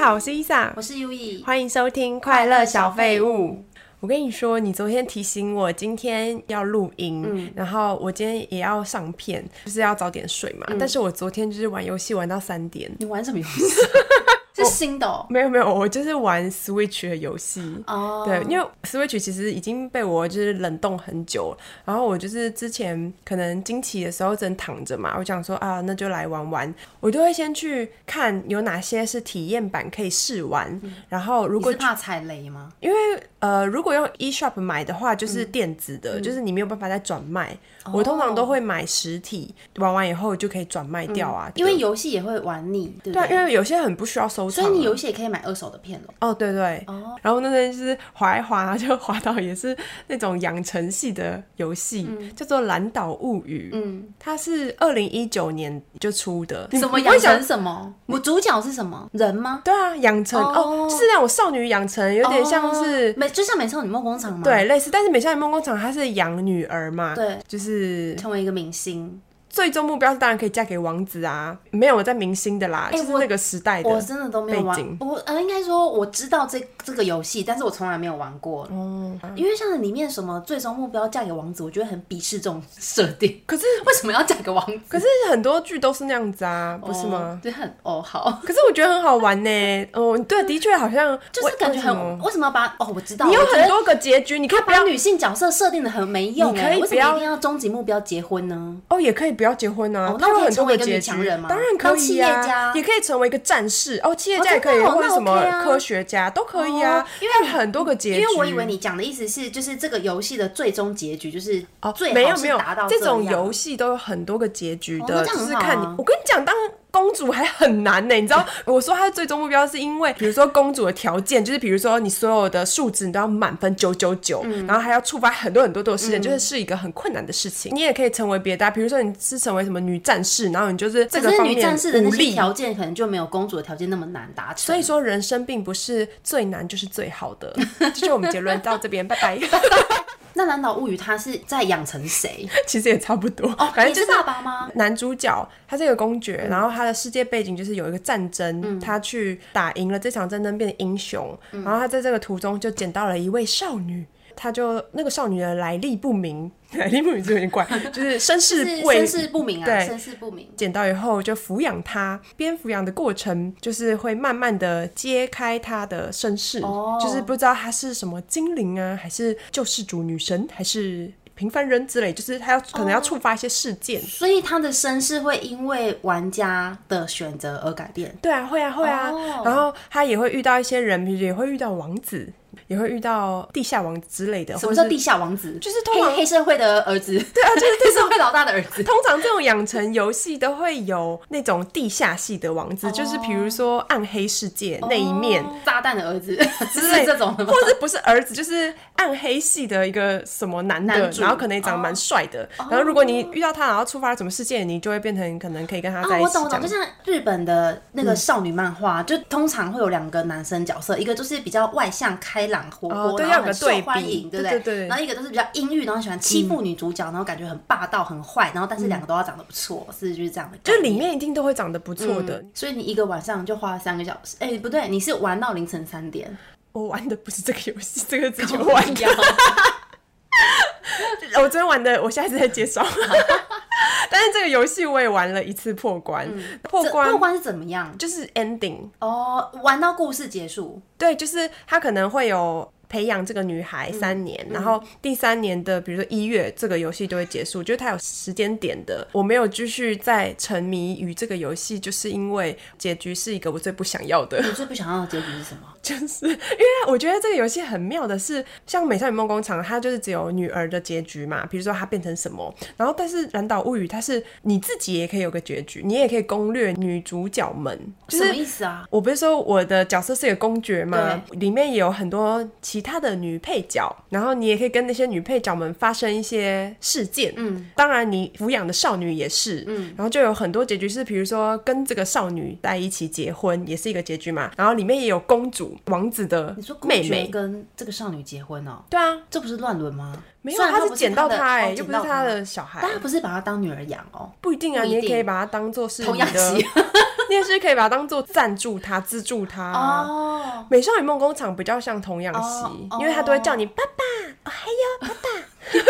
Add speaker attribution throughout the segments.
Speaker 1: 好，我是伊萨，
Speaker 2: 我是 U E，
Speaker 1: 欢迎收听《快乐小废物》。我跟你说，你昨天提醒我今天要录音，然后我今天也要上片，就是要早点睡嘛。但是我昨天就是玩游戏玩到三点，
Speaker 2: 你玩什么游 戏？
Speaker 1: 哦
Speaker 2: 是新的哦。
Speaker 1: 没有没有，我就是玩 Switch 的游戏。
Speaker 2: 哦
Speaker 1: 嗯对，啊因为 Switch 其实已经被我就是冷冻很久了，然后我就是之前可能经期的时候正躺着嘛，我想说啊，那就来玩玩，我就会先去看有哪些是体验版可以试玩，然后如
Speaker 2: 你
Speaker 1: 果
Speaker 2: 是怕踩雷吗？
Speaker 1: 因为呃，如果用 eShop 买的话，就是电子的，就是你没有办法再转卖。我通常都会买实体，玩完以后就可以转卖掉啊。
Speaker 2: 因为游戏也会玩腻，对不
Speaker 1: 对啊，
Speaker 2: 对？
Speaker 1: 因为有些很不需要收藏
Speaker 2: 所
Speaker 1: 啊、
Speaker 2: 以你游戏也可以买二手的片了。
Speaker 1: 哦，对对，然后那天就是滑一滑，然后就滑到也是那种养成系的游戏，叫做《蓝岛物语》。嗯，它是二零一九年就出的。
Speaker 2: 什么
Speaker 1: 你不会
Speaker 2: 养
Speaker 1: 想
Speaker 2: 成什么？我主角是什么人吗？
Speaker 1: 对啊，养成哦
Speaker 2: 哦
Speaker 1: 就是那种少女养成，有点像是、
Speaker 2: 哦美，就像美少女梦工厂吗？，
Speaker 1: 对啊类似，但是《美少女梦工厂》它是养女儿嘛，
Speaker 2: 对，
Speaker 1: 就是
Speaker 2: 成为一个明星。
Speaker 1: 最终目标是当然可以嫁给王子啊，没有在明星的啦，
Speaker 2: 哎
Speaker 1: 就是
Speaker 2: 我
Speaker 1: 那个时代的。
Speaker 2: 我真的都没有
Speaker 1: 背景
Speaker 2: 玩，我呃，应该说我知道这这个游戏，但是我从来没有玩过。
Speaker 1: 嗯
Speaker 2: 因为像里面什么最终目标嫁给王子，我觉得很鄙视这种设定。
Speaker 1: 可是
Speaker 2: 为什么要嫁给王子？
Speaker 1: 可是很多剧都是那样子啊，不是吗
Speaker 2: 哦？？对，很哦，好。
Speaker 1: 可是我觉得很好玩呢、哦，对，的确好像
Speaker 2: 就是感觉
Speaker 1: 为为什
Speaker 2: 很
Speaker 1: 么
Speaker 2: 为什么要把哦，我知道，
Speaker 1: 你有
Speaker 2: 我觉
Speaker 1: 很
Speaker 2: 得
Speaker 1: 多个结局，你可以不
Speaker 2: 把
Speaker 1: 要
Speaker 2: 女性角色设定的很没用
Speaker 1: 你
Speaker 2: 哎、
Speaker 1: 可以
Speaker 2: 为
Speaker 1: 不
Speaker 2: 什么
Speaker 1: 要
Speaker 2: 一定要终极目标结婚呢？
Speaker 1: 哦，也可以不要结婚啊
Speaker 2: 哦，
Speaker 1: 它
Speaker 2: 那我
Speaker 1: 有
Speaker 2: 可以
Speaker 1: 很多
Speaker 2: 成为一个
Speaker 1: 结
Speaker 2: 女
Speaker 1: 局
Speaker 2: 强人吗
Speaker 1: 当然可
Speaker 2: 当企
Speaker 1: 以
Speaker 2: 业
Speaker 1: 啊
Speaker 2: 家，
Speaker 1: 也可以成为一个战士哦，企业
Speaker 2: 哦
Speaker 1: 家也可以，
Speaker 2: 真的哦
Speaker 1: 或者
Speaker 2: 那
Speaker 1: 什么
Speaker 2: OK 啊
Speaker 1: 科学家都可以啊
Speaker 2: 哦，
Speaker 1: 因为很多个结局。
Speaker 2: 因为我以为你讲的意思是，就是这个游戏的最终结局就是
Speaker 1: 哦，
Speaker 2: 最
Speaker 1: 没
Speaker 2: 好
Speaker 1: 有没
Speaker 2: 是
Speaker 1: 有
Speaker 2: 达到
Speaker 1: 这
Speaker 2: 样
Speaker 1: 种游戏都有很多个结局的，
Speaker 2: 哦那这
Speaker 1: 就
Speaker 2: 样很
Speaker 1: 是
Speaker 2: 好啊
Speaker 1: 看你。我跟你讲，当公主还很难呢、你知 道？我说她的最终目标是因为，比如说公主的条件就是，比如说你所有的数值你都要满分九九九，
Speaker 2: 嗯
Speaker 1: 然后还要触发很多很多的事件，就是是一个很困难的事情。你也可以成为别的啊，比如说你是成为什么女战士，然后你就是这
Speaker 2: 可
Speaker 1: 个
Speaker 2: 是
Speaker 1: 方
Speaker 2: 女
Speaker 1: 面
Speaker 2: 战士的
Speaker 1: 武
Speaker 2: 那些
Speaker 1: 力。
Speaker 2: 条件可能就没有公主的条件那么难达成。
Speaker 1: 所以说，人生并不是最难就是最好的，这就是我们结论到这边，拜拜。
Speaker 2: 那《蓝岛物语》它是在养成谁？
Speaker 1: 其实也差不多，
Speaker 2: 哦，
Speaker 1: 反正
Speaker 2: 你
Speaker 1: 就是是
Speaker 2: 爸爸吗？
Speaker 1: 男主角他是一个公爵，
Speaker 2: 嗯
Speaker 1: 然后他的世界背景就是有一个战争，他去打赢了这场战争，变成英雄。
Speaker 2: 嗯
Speaker 1: 然后他在这个途中就捡到了一位少女，他就那个少女的来历不明， 来历不明就有点 怪，就是身世
Speaker 2: 是
Speaker 1: 未
Speaker 2: 身世不明啊，
Speaker 1: 对
Speaker 2: 身世不明。
Speaker 1: 捡到以后就抚养他，边抚养的过程就是会慢慢的揭开他的身世，
Speaker 2: 哦
Speaker 1: 就是不知道他是什么精灵啊，还是救世主女神，还是平凡人之类，就是他要可
Speaker 2: 哦
Speaker 1: 能要触发一些事件。
Speaker 2: 所以他的身世会因为玩家的选择而改变。
Speaker 1: 对啊，会啊，会啊。
Speaker 2: 哦
Speaker 1: 然后他也会遇到一些人，比如也会遇到王子，也会遇到地下王子之类的。
Speaker 2: 什
Speaker 1: 或
Speaker 2: 么
Speaker 1: 者
Speaker 2: 叫
Speaker 1: 是
Speaker 2: 地下王子？
Speaker 1: 就是通常
Speaker 2: 黑黑社会的 儿子，对
Speaker 1: 啊就是
Speaker 2: 黑社会老大的儿子。
Speaker 1: 通常这种养成游戏都会有那种地下系的王
Speaker 2: 哦
Speaker 1: 子，就是比如说暗黑世界那一面。
Speaker 2: 炸弹的儿 子
Speaker 1: 之
Speaker 2: 哦是
Speaker 1: 类
Speaker 2: 这种的吗
Speaker 1: 或？者不是儿子，就是暗黑系的一个什么男的，
Speaker 2: 男主哦
Speaker 1: 然后可能也长得蛮帅的。然后如果你遇到他，然后触发了什么事件，你就会变成可能可以跟他
Speaker 2: 啊
Speaker 1: 在，一
Speaker 2: 我
Speaker 1: 起这嗯
Speaker 2: 懂我懂，
Speaker 1: 样
Speaker 2: 就。像日本的那个少女漫画，就通常会有两个男生角色，一个就是比较外向、开朗、活泼，
Speaker 1: 哦对
Speaker 2: 然
Speaker 1: 要
Speaker 2: 后
Speaker 1: 有个
Speaker 2: 很受
Speaker 1: 对比
Speaker 2: 欢迎，对不
Speaker 1: 对对对嗯
Speaker 2: 然后一个就是比较阴郁，然后喜欢欺负女主角，然后感觉很霸道、很坏，然后但是两个都要长得不错，是就是这样嗯的概念。
Speaker 1: 就是里面一定都会长得不错的。
Speaker 2: 所以你一个晚上就花了三个小时，哎、不对，你是玩到凌晨三点，
Speaker 1: 我玩的不是这个游戏，这个自己 玩的。我昨天玩的，我下次再介绍。 但是这个游戏我也玩了一次破关，嗯破
Speaker 2: 这
Speaker 1: 关
Speaker 2: 过关是怎么样？
Speaker 1: 就是 ending，
Speaker 2: 哦，玩到故事结束，
Speaker 1: 对，就是他可能会有培养这个女孩三年，然后第三年的比如说一月，这个游戏就会结束，就是它有时间点的。我没有继续再沉迷于这个游戏，就是因为结局是一个我最不想要的。
Speaker 2: 你最不想要的结局是什么？
Speaker 1: 就是因为我觉得这个游戏很妙的是，像《美少女梦工厂》，它就是只有女儿的结局嘛，比如说她变成什么，然后但是《蓝岛物语》它是你自己也可以有个结局，你也可以攻略女主角们，就
Speaker 2: 什么
Speaker 1: 是。
Speaker 2: 意思啊？
Speaker 1: 我不是说我的角色是一个公爵吗？里面也有很多其他的女配角，然后你也可以跟那些女配角们发生一些事件。嗯，当然你抚养的少女也是。嗯，然后就有很多结局是，比如说跟这个少女在一起结婚，也是一个结局嘛。然后里面也有公主、王子的
Speaker 2: 你说公
Speaker 1: 妹
Speaker 2: 爵
Speaker 1: 妹。
Speaker 2: 跟这个少女结婚哦、
Speaker 1: 对啊，
Speaker 2: 这不是乱伦吗？
Speaker 1: 没有，
Speaker 2: 虽然
Speaker 1: 他
Speaker 2: 他
Speaker 1: 是捡到
Speaker 2: 她
Speaker 1: 她哎、
Speaker 2: 哦
Speaker 1: 又不是
Speaker 2: 捡到
Speaker 1: 她，的小孩
Speaker 2: 但，他不是把她当女儿养哦、
Speaker 1: 不一定啊，
Speaker 2: 不一
Speaker 1: 你也可以
Speaker 2: 定
Speaker 1: 把她当做是
Speaker 2: 童
Speaker 1: 你
Speaker 2: 养
Speaker 1: 的
Speaker 2: 媳。
Speaker 1: 你也是可以把它当做赞助他、资助他啊。
Speaker 2: 哦，
Speaker 1: 美少女梦工厂比较像童养媳，
Speaker 2: 哦
Speaker 1: 因为他都会叫你爸爸，哦还有爸爸，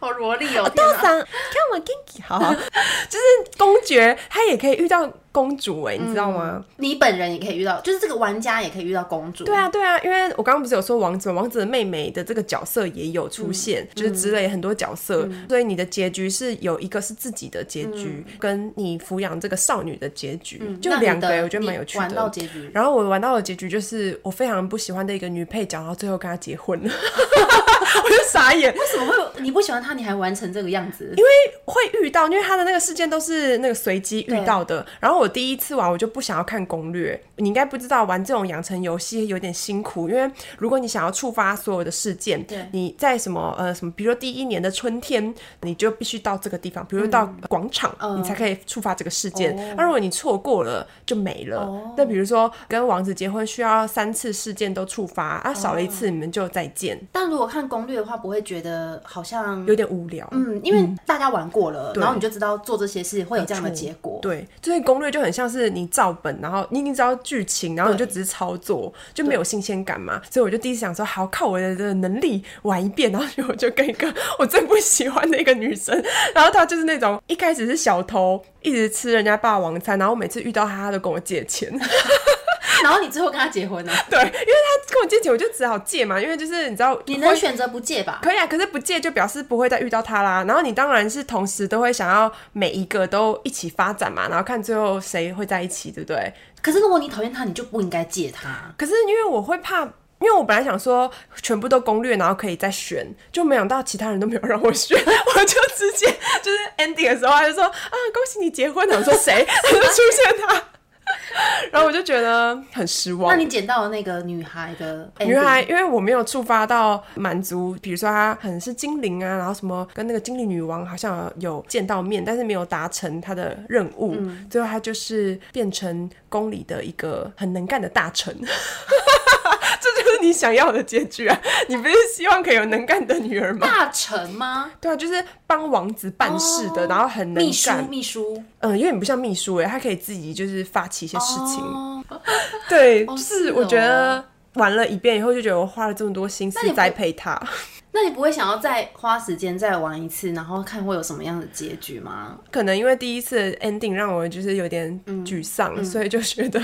Speaker 2: 好萝莉哦，
Speaker 1: 多
Speaker 2: 天哪
Speaker 1: 桑，看我 Genki，好 好，就是公爵他也可以遇到公主哎、
Speaker 2: 嗯
Speaker 1: 你知道吗？
Speaker 2: 你本人也可以遇到，就是这个玩家也可以遇到公主。
Speaker 1: 对，啊，对啊，因为我刚刚不是有说王子吗，王子的妹妹的这个角色也有出现，
Speaker 2: 嗯
Speaker 1: 就是之类很多角色，所以你的结局是有一个是自己的结局，
Speaker 2: 嗯
Speaker 1: 跟你抚养这个少女的结局，就两个，我觉得蛮有趣
Speaker 2: 玩到
Speaker 1: 的。
Speaker 2: 结局，
Speaker 1: 然后我玩到的结局就是我非常不喜欢的一个女配角，然后最后跟她结婚了， 我就傻眼。
Speaker 2: 为什么会有你不喜欢他，你还玩成这个样子？
Speaker 1: 因为会遇到，因为他的那个事件都是那个随机遇到的。然后我第一次玩，我就不想要看攻略。你应该不知道玩这种养成游戏有点辛苦，因为如果你想要触发所有的事件
Speaker 2: 对，
Speaker 1: 你在什么呃什么，比如说第一年的春天，你就必须到这个地方，比
Speaker 2: 嗯
Speaker 1: 如说到广场，你才可以触发这个事件。
Speaker 2: 哦
Speaker 1: 那、如果你错过了，就没了。那、比如说跟王子结婚需要三次事件都触发，
Speaker 2: 哦
Speaker 1: 啊少了一次你们就再见，
Speaker 2: 但如果看攻略的话，不会觉得好像
Speaker 1: 有点无聊。
Speaker 2: 嗯，因为大家玩过了，然后你就知道做这些事会有这样的结果。
Speaker 1: 对，所以攻略就很像是你照本，然后你已经知道剧情，然后你就
Speaker 2: 对
Speaker 1: 只是操作，就没有新鲜感嘛。所以我就第一次想说，好，靠我的这个能力玩一遍，然后 结果就跟一个我最不喜欢的一个女生，然后她就是那种一开始是小偷，一直吃人家霸王餐，然后我每次遇到她，她都跟我借钱。
Speaker 2: 然后你最后跟他结婚了，
Speaker 1: 对，因为她跟我借钱，我就只好借嘛，因为就是你知道，
Speaker 2: 你能选择不借吧？
Speaker 1: 可以啊，可是不借就表示不会再遇到他啦。然后你当然是同时都会想要每一个都一起发展嘛，然后看最后谁会在一起，对不对？
Speaker 2: 可是如果你讨厌他，你就不应该借他。
Speaker 1: 可是因为我会怕，因为我本来想说全部都攻略，然后可以再选，就没想到其他人都没有让我选，我就直接就是 ending 的时候他就说啊恭喜你结婚了，我说谁， 他就出现他，然后我就觉得很失望
Speaker 2: 那。你捡到了那个女孩的 ending，
Speaker 1: 哦女孩，因为我没有触发到满足，比如说她可能是精灵啊，然后什么跟那个精灵女王好像有见到面，但是没有达成她的任务，
Speaker 2: 嗯
Speaker 1: 最后她就是变成宫里的一个很能干的大臣。 这就是你想要的结局啊！你不是希望可以有能干的女儿吗？
Speaker 2: 大臣吗？
Speaker 1: 对啊，就是帮王子办事的，
Speaker 2: 哦
Speaker 1: 然后很能
Speaker 2: 秘书
Speaker 1: 干，
Speaker 2: 秘书
Speaker 1: 嗯，有点不像秘书哎，她可以自己就是发起一些事情。
Speaker 2: 哦
Speaker 1: 对，
Speaker 2: 哦
Speaker 1: 就是
Speaker 2: 是
Speaker 1: 我觉得
Speaker 2: 哦
Speaker 1: 玩了一遍以后，就觉得我花了这么多心思
Speaker 2: 那你不
Speaker 1: 栽培他。
Speaker 2: 那你不会想要再花时间再玩一次，然后看会有什么样的结 局吗？
Speaker 1: 可能因为第一次 ending 让我就是有点
Speaker 2: 嗯
Speaker 1: 沮丧， 所以就觉得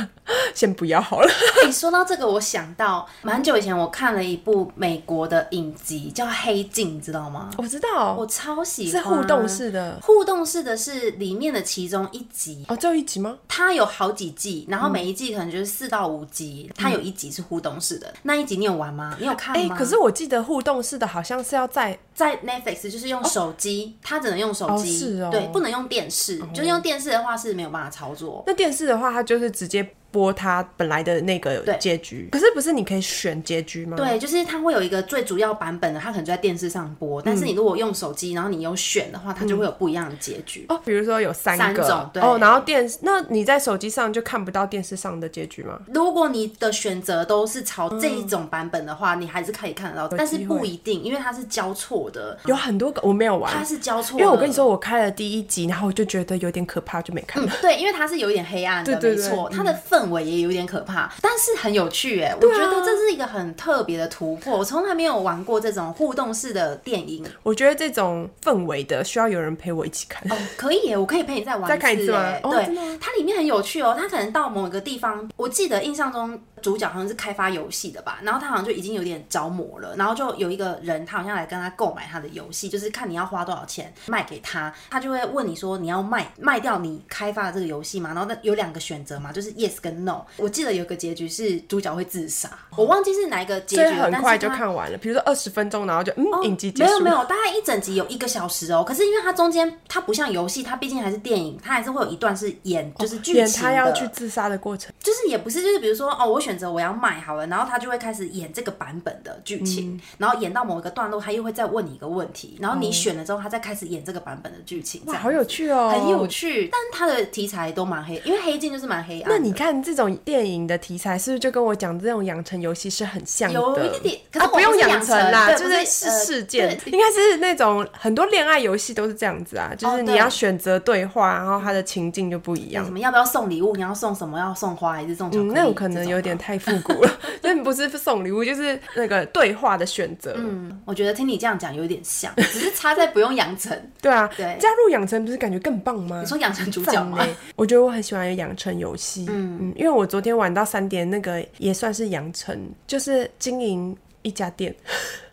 Speaker 1: 先不要好了。
Speaker 2: 你说到这个，我想到蛮久以前我看了一部美国的影集，叫《黑镜》，你知道吗？
Speaker 1: 我知 道，
Speaker 2: 我超喜
Speaker 1: 是
Speaker 2: 欢
Speaker 1: 互动，式的
Speaker 2: 互动式的是里面的其中一集，
Speaker 1: 哦，只有一集吗？
Speaker 2: 它有好几季，然后
Speaker 1: 嗯
Speaker 2: 每一季可能就是四到五集，它有一集是互动式的。那一集你有玩吗？你有看
Speaker 1: 哎、
Speaker 2: 吗？
Speaker 1: 嗯可是我记得互动式的好像是要在
Speaker 2: 在 Netflix 就是用手机，它只能用手机，
Speaker 1: 哦是哦
Speaker 2: 对，不能用电视，就是用电视的话是没有办法操作。
Speaker 1: 那电视的话，它就是直接播它本来的那个
Speaker 2: 对
Speaker 1: 结局。可是不是你可以选结局吗？
Speaker 2: 对，就是它会有一个最主要版本的，它可能就在电视上播，
Speaker 1: 嗯
Speaker 2: 但是你如果用手机，然后你有选的话，它就会有不一样的结局。
Speaker 1: 哦，比如说有三
Speaker 2: 三
Speaker 1: 个
Speaker 2: 种对
Speaker 1: 哦，然后电视，那你在手机上就看不到电视上的结局吗？
Speaker 2: 如果你的选择都是朝
Speaker 1: 嗯
Speaker 2: 这一种版本的话，你还是可以看得到，但是不一定，因为它是交错的，
Speaker 1: 有很多个我没有玩，
Speaker 2: 它是交错。
Speaker 1: 因为我跟你说，。我开了第一集，然后我就觉得有点可怕，就没看了。
Speaker 2: 对，因为它是有一点黑暗的，
Speaker 1: 嗯对对对嗯啊
Speaker 2: 没错，它的氛围也有点可怕，但是很有趣哎、我觉得这是一个很特别的突破，我从来没有玩过这种互动式的电影。
Speaker 1: 我觉得这种氛围的需要有人陪我一起看。
Speaker 2: 哦，可以耶，我可以陪你再玩
Speaker 1: 再看一
Speaker 2: 一
Speaker 1: 次吗
Speaker 2: 耶
Speaker 1: 哦真的吗
Speaker 2: 对，它里面很有趣哦。它可能到某一个地方，我记得印象中主角好像是开发游戏的吧，然后他好像就已经有点着魔了，然后就有一个人，他好像来跟他购买他的游戏，就是看你要花多少钱卖给他，他就会问你说你要卖卖掉你开发的这个游戏吗？然后那有两个选择嘛，就是 yes 跟 no。我记得有个结局是主角会自杀，我忘记是哪一个结局
Speaker 1: 所以
Speaker 2: 了，
Speaker 1: 很
Speaker 2: 但是
Speaker 1: 快就
Speaker 2: 他
Speaker 1: 看完了，比如说二十分钟，然后就嗯，影集结
Speaker 2: 没有
Speaker 1: 束。
Speaker 2: 哦没有，大概一整集有一个小时哦。可是因为它中间它不像游戏，它毕竟还是电影，它还是会有一段是演就是剧情的，
Speaker 1: 哦演他要去自杀的过程，
Speaker 2: 就是也不是就是比如说哦，我选选择我要卖好了，然后他就会开始演这个版本的剧
Speaker 1: 嗯
Speaker 2: 情，然后演到某一个段落，他又会再问你一个问题，然后你选了之后，他再开始演这个版本的剧情，这
Speaker 1: 哇，
Speaker 2: 样
Speaker 1: 好有趣哦，
Speaker 2: 很有。趣。啊但他的题材都蛮黑，因为黑镜就是蛮黑暗的。
Speaker 1: 那你看这种电影的题材，是不是就跟我讲的这种养成游戏是很像的？
Speaker 2: 有一点可是
Speaker 1: 啊，
Speaker 2: 我
Speaker 1: 不用
Speaker 2: 不是
Speaker 1: 养
Speaker 2: 养
Speaker 1: 成
Speaker 2: 成
Speaker 1: 啦，
Speaker 2: 对
Speaker 1: 就
Speaker 2: 不
Speaker 1: 是
Speaker 2: 是
Speaker 1: 是
Speaker 2: 呃
Speaker 1: 事件，
Speaker 2: 对
Speaker 1: 应该是那种很多恋爱游戏都是这样子啊，就是
Speaker 2: 哦
Speaker 1: 你
Speaker 2: 对
Speaker 1: 要选择对话，然后它的情境就不一样
Speaker 2: 什。么要不要送礼物？你要送什么？要送花还是送巧克力？
Speaker 1: 嗯，那种可能有点
Speaker 2: 这种
Speaker 1: 太复古 了，但不是送礼物，就是那个对话的选择。嗯，
Speaker 2: 吗。我觉得听你这样讲有点像，只是差在不用 养成。
Speaker 1: 对啊，
Speaker 2: 对
Speaker 1: 加入养成不是感觉更棒吗？
Speaker 2: 你说养成主角
Speaker 1: 赞
Speaker 2: 吗？
Speaker 1: 欸我觉得我很喜欢养成游戏，嗯因为我昨天玩到三点，那个也算是养成，就是经营一家店，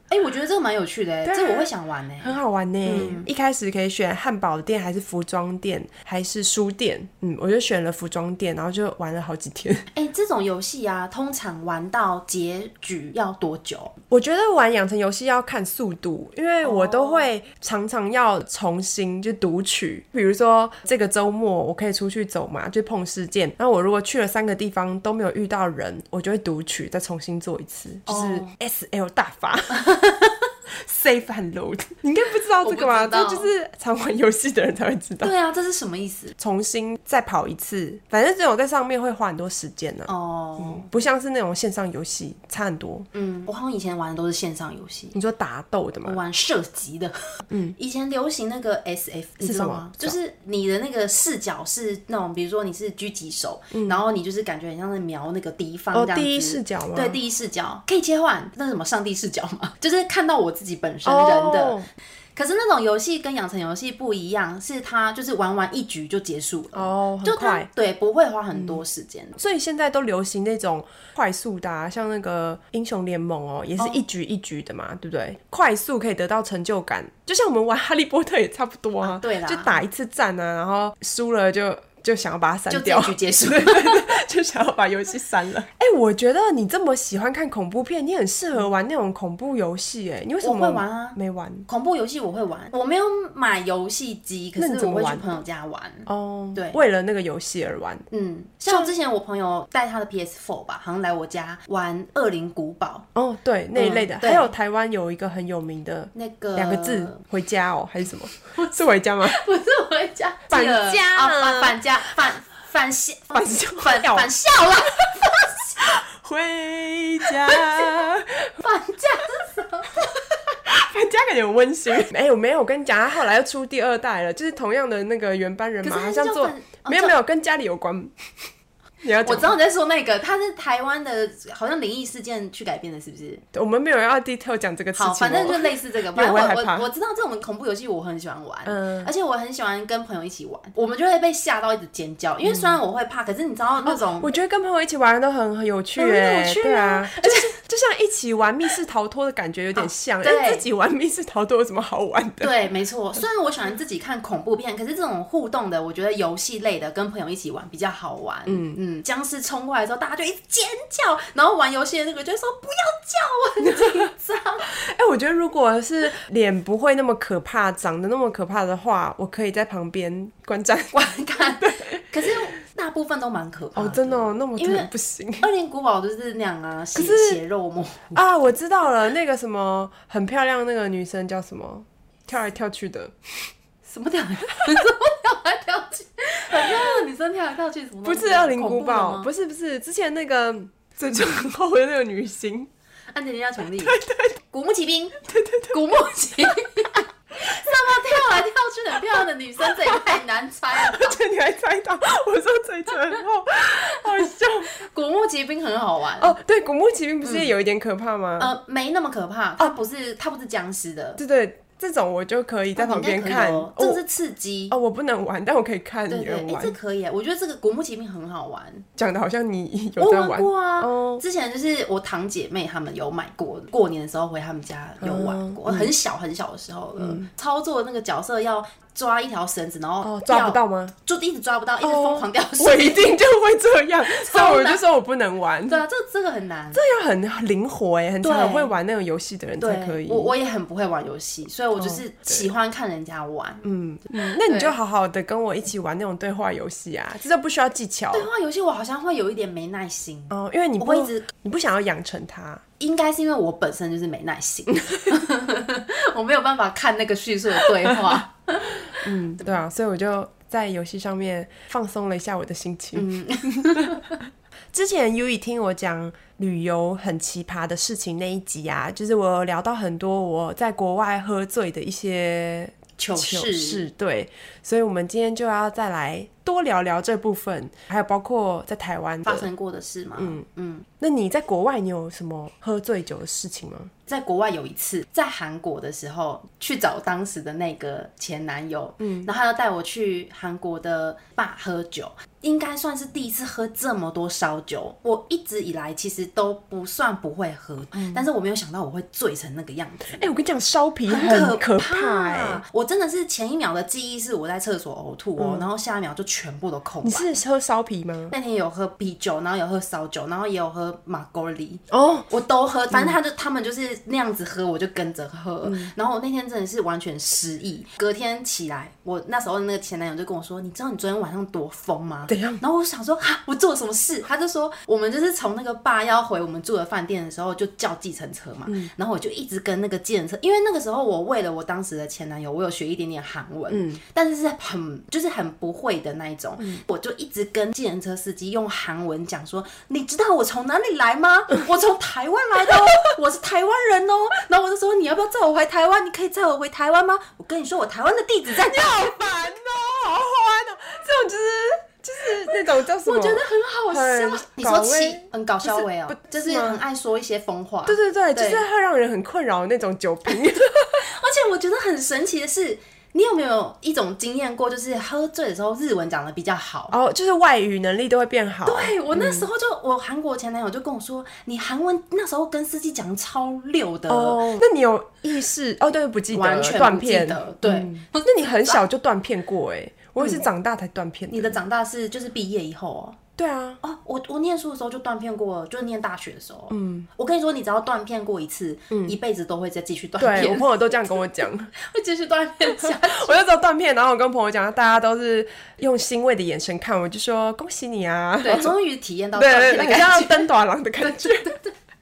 Speaker 2: 哎、我觉得这个蛮有趣的、欸
Speaker 1: 对啊
Speaker 2: 这我会想玩呢、欸
Speaker 1: 很好玩呢、一开始可以选汉堡店，还是服装店，还是书店，嗯，我就选了服装店，然后就玩了好几天。
Speaker 2: 哎、这种游戏啊，通常玩到结局要多 久？
Speaker 1: 我觉得玩养成游戏要看速度，因为我都会常常要重新就读取，比如说这个周末我可以出去走嘛，就碰事件。那我如果去了三个地方都没有遇到人，我就会读取，再重新做一次，就是 S L 大 法。Save and load，你应该不知道这个吧？
Speaker 2: 我不知道
Speaker 1: 这就是常玩游戏的人才会知道。
Speaker 2: 对啊，这是什么意思？
Speaker 1: 重新再跑一次，反正这种在上面会花很多时间呢、
Speaker 2: 哦，
Speaker 1: 不像是那种线上游戏差很多。
Speaker 2: 嗯，我好像以前玩的都是线上游戏。
Speaker 1: 你说打斗的嘛
Speaker 2: 我，玩射击的，嗯， 以前流行那个 S F，你知道吗？
Speaker 1: 是什么
Speaker 2: 就是你的那个视角是那种，比如说你是狙击手，然后你就是感觉很像是瞄那个敌方
Speaker 1: 嗯哦
Speaker 2: 这样子
Speaker 1: 第一视角吗
Speaker 2: 对，第一视角可以切换，那什么上帝视角嘛， 就是看到我自己本身人
Speaker 1: 哦
Speaker 2: 的。可是那种游戏跟养成游戏不一样，是它就是玩完一局就结束了，
Speaker 1: 哦，很
Speaker 2: 就它
Speaker 1: 快。
Speaker 2: 对不会花很多时间。
Speaker 1: 所以现在都流行那种快速的、啊，像那个英雄联盟哦，也是一局一局的嘛，对不对？快速可以得到成就感，就像我们玩哈利波特也差不多啊，
Speaker 2: 啊对啦
Speaker 1: 就打一次战啊，然后输了就就想要把它嗯删
Speaker 2: 就这
Speaker 1: 掉
Speaker 2: 一，局 结束，
Speaker 1: 就想要把游戏删了。哎、我觉得你这么喜欢看恐怖片，你很适合玩那种恐怖游戏。哎，你为什么
Speaker 2: 我会玩啊
Speaker 1: 没玩
Speaker 2: 恐怖游戏我会玩，我没有买游戏机，可
Speaker 1: 那你
Speaker 2: 是
Speaker 1: 怎
Speaker 2: 我
Speaker 1: 么
Speaker 2: 会去
Speaker 1: 玩
Speaker 2: 朋友家玩。
Speaker 1: 哦，
Speaker 2: 对
Speaker 1: 为了那个游戏而玩。
Speaker 2: 嗯，像之前我朋友带他的 PS4 吧，好像来我家玩《恶灵古堡
Speaker 1: 哦，对那一类的，
Speaker 2: 嗯对
Speaker 1: 还有台湾有一个很有名的》
Speaker 2: 那个
Speaker 1: 两个字，回家哦，还是什么？是回家吗？
Speaker 2: 不是我家
Speaker 1: 反
Speaker 2: 这个
Speaker 1: 家
Speaker 2: 啊，
Speaker 1: 了
Speaker 2: 反反家反 反校
Speaker 1: 反校
Speaker 2: 反反校了，
Speaker 1: 回家，
Speaker 2: 反家是什么？
Speaker 1: 回家感觉很温馨。没有没有，我跟你讲，他后来又出第二代了，就是同样的那个原班人马，
Speaker 2: 可是
Speaker 1: 好
Speaker 2: 他
Speaker 1: 像
Speaker 2: 就
Speaker 1: 做
Speaker 2: 很哦
Speaker 1: 没有
Speaker 2: 就
Speaker 1: 没有跟家里有 关。你要
Speaker 2: 我
Speaker 1: 讲
Speaker 2: 知道你在说那个，它是台湾的，好像灵异事件去改编的，是不是？
Speaker 1: 我们没有要 detail 讲这个事情哦。
Speaker 2: 好，反正就类似 这个。
Speaker 1: 因为
Speaker 2: 反
Speaker 1: 我
Speaker 2: 正
Speaker 1: 会
Speaker 2: 我
Speaker 1: 害怕
Speaker 2: 我我知道这种恐怖游戏我很喜欢玩，
Speaker 1: 嗯
Speaker 2: 而且我很喜欢跟朋友一起玩，我们就会被吓到一直尖叫，因为虽然我会怕，可是你知道那种
Speaker 1: 我觉得跟朋友一起玩都很很有趣、
Speaker 2: 很有
Speaker 1: 欸，
Speaker 2: 趣啊
Speaker 1: 对啊，就是就像一起玩密室逃脱的感觉有点像，
Speaker 2: 啊
Speaker 1: 但
Speaker 2: 对
Speaker 1: 自己玩密室逃脱有什么好玩 的？
Speaker 2: 对，没错。虽然我喜欢自己看恐怖片，可是这种互动的，我觉得游戏类的跟朋友一起玩比较好玩。嗯嗯，僵尸冲过来之后，大家就一直尖叫，然后玩游戏的那个就会说不要叫，我很紧张。
Speaker 1: 哎、我觉得如果是脸不会那么可怕，长得那么可怕的话，我可以在旁边观战。
Speaker 2: 观看，可是大部分都蛮可怕
Speaker 1: 哦，真的、哦，那我
Speaker 2: 因
Speaker 1: 真的
Speaker 2: 为
Speaker 1: 不行
Speaker 2: 二零古堡就是那样啊，血
Speaker 1: 可是
Speaker 2: 血肉模糊。
Speaker 1: 啊！我知道了，那个什么很漂亮那个女生叫什么？跳来跳去的，
Speaker 2: 什么跳来？ 什么跳来跳去？很漂亮的女生跳来跳去，什么
Speaker 1: 不
Speaker 2: 东西？
Speaker 1: 是《恶灵古
Speaker 2: 恐怖的
Speaker 1: 堡》，
Speaker 2: 吗
Speaker 1: 不是不是，之前那个最最后的那个女星，
Speaker 2: 安吉丽娜·琼丽，对对，古墓奇兵，对对对，古墓奇兵，这么跳来跳去的很漂亮的女生，这也太难 猜了吧。
Speaker 1: 这你还猜到？我说嘴唇 厚，好笑
Speaker 2: 古墓奇兵很好玩，
Speaker 1: 哦。对，《古墓奇兵》不是也有一点可怕吗？
Speaker 2: 呃，没那么可
Speaker 1: 哦
Speaker 2: 怕，它不是它不是僵尸的，
Speaker 1: 对对，这种我就可以在旁边
Speaker 2: 应该可以
Speaker 1: 看。
Speaker 2: 哦
Speaker 1: 哦
Speaker 2: 这是刺激。
Speaker 1: 哦，我不能玩，但我可以看
Speaker 2: 对
Speaker 1: 你
Speaker 2: 对，
Speaker 1: 们
Speaker 2: 哎，
Speaker 1: 玩
Speaker 2: 这。可以，我觉得这个古墓奇兵很好玩，
Speaker 1: 讲的好像你有
Speaker 2: 我
Speaker 1: 在
Speaker 2: 玩
Speaker 1: 玩
Speaker 2: 过啊。
Speaker 1: 哦
Speaker 2: 之前就是我堂姐妹她们有买过，
Speaker 1: 嗯
Speaker 2: 呃过年的时候回他们家有玩过，很小很小的时候了。操作那个角色要抓一条绳子，然后
Speaker 1: 哦，抓
Speaker 2: 要
Speaker 1: 不到吗？
Speaker 2: 就一直抓不到，一直疯狂掉水。
Speaker 1: 我一定就会这 样，所以我就说我不能玩。
Speaker 2: 对啊，这这个很难。
Speaker 1: 这要很灵活哎、很
Speaker 2: 对
Speaker 1: 很会玩那种游戏的人才
Speaker 2: 对，
Speaker 1: 可以。哦
Speaker 2: 我我也很不会玩游戏，所以我就是喜欢看人家玩。
Speaker 1: 嗯，嗯那你
Speaker 2: 对
Speaker 1: 就好好的跟我一起玩那种对话游戏啊，这都不需要技巧。
Speaker 2: 对话游戏我好像会有一点没耐心，
Speaker 1: 哦，因为你
Speaker 2: 我
Speaker 1: 不
Speaker 2: 会一直
Speaker 1: 你不想要养成它，
Speaker 2: 应该是因为我本身就是没耐心， 我没有办法看那个叙述的对话。
Speaker 1: 嗯，对啊，所以我就在游戏上面放松了一下我的心情。
Speaker 2: 嗯
Speaker 1: 之前 U 一听我讲旅游很奇葩的事情那一集啊，就是我有聊到很多我在国外喝醉的一些
Speaker 2: 糗
Speaker 1: 糗
Speaker 2: 事，
Speaker 1: 事，对，所以我们今天就要再来多聊聊这部分，还有包括在台湾
Speaker 2: 发
Speaker 1: 的。
Speaker 2: 生过的事吗？嗯嗯，
Speaker 1: 那你在国外你有什么喝醉酒的事情吗？
Speaker 2: 在国外有一次，在韩国的时候去找当时的那个前男友，嗯，然后他要带我去韩国的吧喝酒，应该算是第一次喝这么多烧酒。我一直以来其实都不算不会喝，
Speaker 1: 嗯
Speaker 2: 但是我没有想到我会醉成那个样子。
Speaker 1: 哎、我跟你讲，烧啤
Speaker 2: 很
Speaker 1: 很可怕哎、
Speaker 2: 我真的是前一秒的记忆是我在厕所呕吐哦，然后下一秒就全部都空
Speaker 1: 嗯你
Speaker 2: 白。
Speaker 1: 是喝烧啤吗？
Speaker 2: 那天有喝啤酒，然后有喝烧酒，然后也有喝马格里，
Speaker 1: 哦，
Speaker 2: 我都喝，反正他就他们就是那样子喝，我就跟着喝。然后我那天真的是完全失忆，隔天起来，我那时候的那个前男友就跟我说：“你知道你昨天晚上多疯吗？”
Speaker 1: 怎样
Speaker 2: 然后我想说：“哈，我做了什么事？”他就说：“我们就是从那个坝要回我们住的饭店的时候，就叫计程车嘛。然后我就一直跟那个计程车，因为那个时候我为了我当时的前男友，我有学一点点韩文，但是是很就是很不会的那一种。我就一直跟计程车司机用韩文讲说：“你知道我从哪里来吗？ 我从台湾来的哦，我是台湾人哦。”然后我就说：“你要不要载我回台湾？你可以载我回台湾吗？我跟你说，我台湾的地址在 哪
Speaker 1: 好烦哦，好欢哦，这种就是就是那种叫什么？
Speaker 2: 我觉得很好
Speaker 1: 很
Speaker 2: 笑。你说
Speaker 1: 搞
Speaker 2: 气
Speaker 1: 味
Speaker 2: 很搞笑味哦
Speaker 1: 不是，
Speaker 2: 就是
Speaker 1: 是吗
Speaker 2: 很爱说一些疯话。
Speaker 1: 对对对，
Speaker 2: 对
Speaker 1: 就是会让人很困扰的那种酒瓶。
Speaker 2: 而且我觉得很神奇的是，你有没有一种经验过，就是喝醉的时候日文讲的比较好？
Speaker 1: 哦，就是外语能力都会变好。
Speaker 2: 对我那时候就，我韩国前男友就跟我说，你韩文那时候跟司机讲超溜的，
Speaker 1: 哦，那你有意识？哦，对，不记得
Speaker 2: 完
Speaker 1: 了，
Speaker 2: 全
Speaker 1: 断
Speaker 2: 不记
Speaker 1: 片。
Speaker 2: 得。对，
Speaker 1: 不是，那你很小就断片过哎，我也是长大才断片。
Speaker 2: 你的长大是就是毕业以后哦。
Speaker 1: 对啊，
Speaker 2: 哦，我我念书的时候就断片过，就是念大学的时候。嗯，我跟你说，你只要断片过一次，一辈子都会再继续断
Speaker 1: 对我
Speaker 2: 片，
Speaker 1: 朋友都这样跟我 讲，
Speaker 2: 会继续断片下去。
Speaker 1: 我那时候断片，然后我跟朋友讲，大家都是用欣慰的眼神看我，就说恭喜你啊，
Speaker 2: 对，终于体验到断
Speaker 1: 对
Speaker 2: 片的
Speaker 1: 对，
Speaker 2: 感
Speaker 1: 你
Speaker 2: 觉。
Speaker 1: 像登短廊的感觉，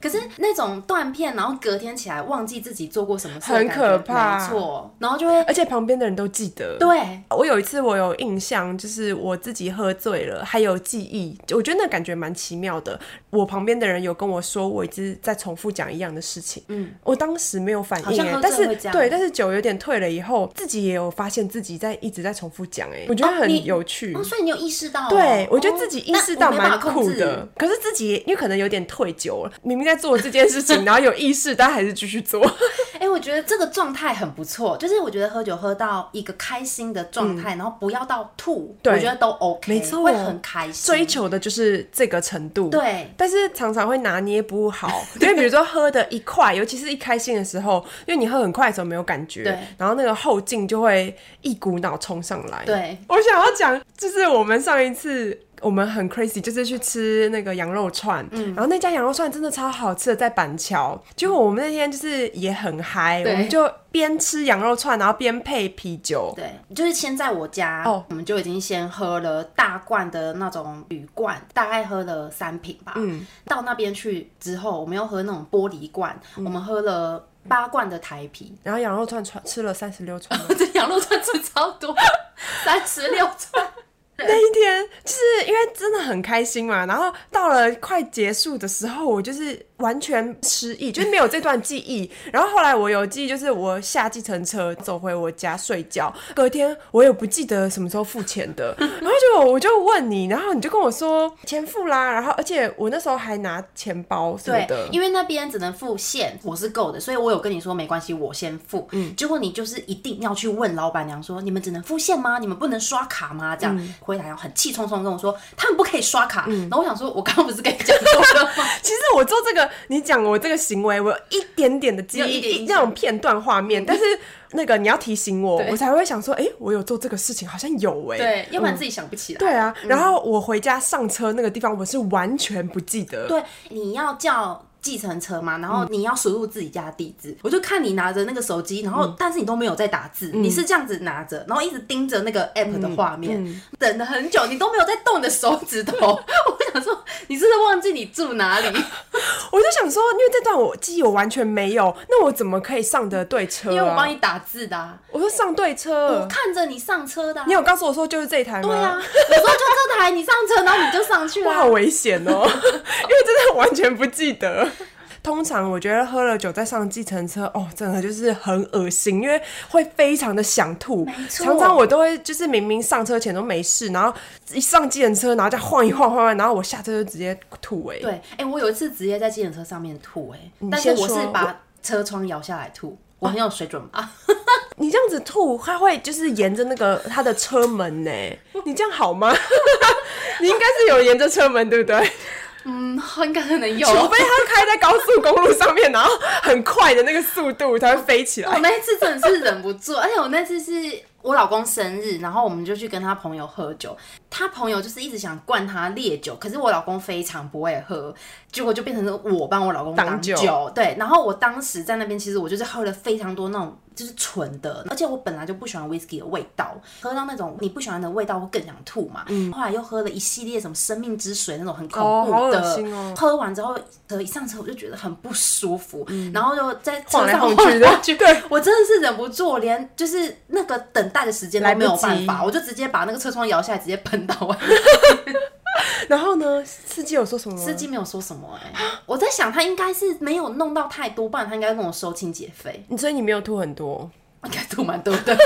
Speaker 2: 可是那种断片，然后隔天起来忘记自己做过什么事，
Speaker 1: 很可怕
Speaker 2: 没错，然后就会
Speaker 1: 而且旁边的人都记得。
Speaker 2: 对，
Speaker 1: 我有一次我有印象，就是我自己喝醉了，还有记忆，我觉得那感觉蛮奇妙的。我旁边的人有跟我说，我一直在重复讲一样的事情。嗯，我当时没有反
Speaker 2: 好
Speaker 1: 应、
Speaker 2: 像
Speaker 1: 欸
Speaker 2: 喝，
Speaker 1: 但
Speaker 2: 醉
Speaker 1: 是
Speaker 2: 会这样
Speaker 1: 对，但是酒有点退了以后，自己也有发现自己在一直在重复讲，哎，我觉得
Speaker 2: 哦你
Speaker 1: 很有趣。
Speaker 2: 哦，所以你有意识到哦、
Speaker 1: 对，我觉得
Speaker 2: 哦
Speaker 1: 自己意
Speaker 2: 那
Speaker 1: 识
Speaker 2: 我
Speaker 1: 到
Speaker 2: 没办
Speaker 1: 蛮
Speaker 2: 法控
Speaker 1: 酷
Speaker 2: 制
Speaker 1: 的，可是自己因为可能有点退酒了，明明在做这件事 情，然后有意识，但还是继续做。
Speaker 2: 哎、我觉得这个状态很不错，就是我觉得喝酒喝到一个开心的状态，然后不要到吐，
Speaker 1: 嗯对
Speaker 2: 我觉得都 OK，
Speaker 1: 没错
Speaker 2: 会很开心。
Speaker 1: 追求的就是这个程度。
Speaker 2: 对
Speaker 1: 但是常常会拿捏不 好，因为比如说喝的一快，尤其是一开心的时候，因为你喝很快的时候没有感觉
Speaker 2: 对，
Speaker 1: 然后那个后劲就会一股脑冲上来。，
Speaker 2: 对，
Speaker 1: 我想要讲，就是我们上一次。我们很 crazy，就是去吃那个羊肉串，
Speaker 2: 嗯
Speaker 1: 然后那家羊肉串真的超好吃的，在板桥。结果我们那天就是也很嗨，
Speaker 2: 对
Speaker 1: 我们就边吃羊肉串，然后边配啤酒。
Speaker 2: 对，就是先在我家，
Speaker 1: 哦
Speaker 2: 我们就已经先喝了大罐的那种铝罐，大概喝了三瓶吧。嗯，到那边去之后，我们又喝那种玻璃罐，我们喝了八罐的台啤，
Speaker 1: 然后羊肉串串吃了三十六串，
Speaker 2: 这羊肉串吃超 多，三十六串。
Speaker 1: 那一天，就是因为真的很开心嘛，然后到了快结束的时候，我就是完全失忆，就是没有这段记忆。然后后来我有记忆，就是我下计程车走回我家睡觉，隔天我也不记得什么时候付钱的。然后就我就问你，然后你就跟我说钱付啦，然后而且我那时候还拿钱包什么
Speaker 2: 对
Speaker 1: 的，，
Speaker 2: 因为那边只能付现，我是够的，所以我有跟你说没关系，我先付。嗯，结果你就是一定要去问老板娘说，你们只能付现吗？你们不能刷卡吗？这样、回来哦很嗯气冲冲地跟我说，他们不可以刷卡。然后我想说，我刚刚不是跟你讲过了吗？
Speaker 1: 其实我做这个个你讲我这个行为，我有一点点的记
Speaker 2: 有一点
Speaker 1: 忆，
Speaker 2: 印象
Speaker 1: 那种片段画面，但是那个你要提醒我，
Speaker 2: 对
Speaker 1: 我才会想说，哎、我有做这个事情，好像有哎、
Speaker 2: 对，嗯要不然自己想不起来。
Speaker 1: 对啊，然后我回家上车那个地方，我是完全不记得。
Speaker 2: 对，你要叫计程车嘛，然后你要输入自己家的地址。我就看你拿着那个手机，然后、但是你都没有在打字，你是这样子拿着，然后一直盯着那个 app 的画面，等了很久，你都没有在动你的手指头。 我想说，你是不是忘记你住哪 里？
Speaker 1: 我就想说，因为这段我记忆我完全没有，那我怎么可以上得对车、啊？
Speaker 2: 因为我帮你，打字的、啊，
Speaker 1: 我说上对
Speaker 2: 我
Speaker 1: 车。
Speaker 2: 看着你上车的、啊
Speaker 1: 你。有告诉我说就是这一台吗？
Speaker 2: 对啊，我说就这台，你上车，然后你就上去啊
Speaker 1: 哇，
Speaker 2: 了、
Speaker 1: 好危险哦！ 因为真的完全不记得。通常我觉得喝了酒再上计程车，哦，真的就是很恶心，因为会非常的想吐。
Speaker 2: 错
Speaker 1: 常常我都会就是明明上车前都没事，然后一上计程车，然后再晃一晃晃一晃，然后我下车就直接吐哎、
Speaker 2: 对，哎、我有一次直接在计程车上面吐、哎，
Speaker 1: 你
Speaker 2: 但
Speaker 1: 先
Speaker 2: 是我是
Speaker 1: 说我
Speaker 2: 把车窗摇下来吐，我很有水准吧？
Speaker 1: 你这样子吐，它会就是沿着那个它的车门呢、 你这样好吗？ 你应该是有沿着车门，对不对？
Speaker 2: 嗯，应该可能有。
Speaker 1: 除非它开在高速公路上面，然后很快的那个速度，它会飞起来
Speaker 2: 我。那一次真的是忍不住，而 且我那次是我老公生日，然后我们就去跟他朋友喝酒，他朋友就是一直想灌他烈酒，可是我老公非常不会喝，结果就变成是我帮我老公
Speaker 1: 挡
Speaker 2: 酒。
Speaker 1: 酒
Speaker 2: 对，然后我当时在那边，其实我就是喝了非常多那种。就是纯的，而且我本来就不喜欢 whisky 的味道，喝到那种你不喜欢的味道，我更想吐嘛。后来又喝了一系列什么生命之水那种很恐
Speaker 1: 嗯哦好
Speaker 2: 怖
Speaker 1: 恶
Speaker 2: 的，
Speaker 1: 心哦
Speaker 2: 喝完之后，呃，一上车我就觉得很不舒服，然后就在车
Speaker 1: 嗯晃来
Speaker 2: 上
Speaker 1: 晃 去的
Speaker 2: 来晃 去
Speaker 1: 对
Speaker 2: 我真的是忍不住，我连就是那个等待的时间都
Speaker 1: 来不
Speaker 2: 没有
Speaker 1: 及嗯
Speaker 2: 办法，我就直接把那个车窗摇下来，直接喷到外面。
Speaker 1: 然后呢，司机有说什么吗？
Speaker 2: 司机没有说什么哎、我在想他应该是没有弄到太多，不然他应该跟我收清洁费，
Speaker 1: 你，所以你没有吐很多，
Speaker 2: 应该吐蛮多 的。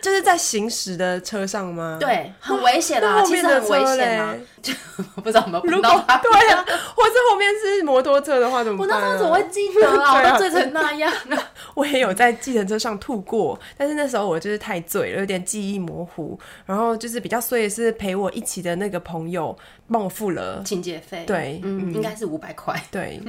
Speaker 1: 就是在行驶的车上吗？。
Speaker 2: 对，很危险
Speaker 1: 那
Speaker 2: 啦，
Speaker 1: 后
Speaker 2: 其
Speaker 1: 面
Speaker 2: 实
Speaker 1: 的
Speaker 2: 很危险啦
Speaker 1: 车嘞，
Speaker 2: 就 不知道有没有
Speaker 1: 如
Speaker 2: 喷
Speaker 1: 果
Speaker 2: 到他。
Speaker 1: 对啊，或是后面是摩托车的话怎么
Speaker 2: 我
Speaker 1: 办、
Speaker 2: 那
Speaker 1: 啊？
Speaker 2: 时候怎么会记得啊？我
Speaker 1: 对啊
Speaker 2: 都醉成那样 了。
Speaker 1: 我也有在计程车上吐过，但是那时候我就是太醉了，有点记忆模糊。然后就是比较衰的是陪我一起的那个朋友帮我付了，
Speaker 2: 清洁费，
Speaker 1: 对
Speaker 2: 嗯，应该是五百块。
Speaker 1: 对，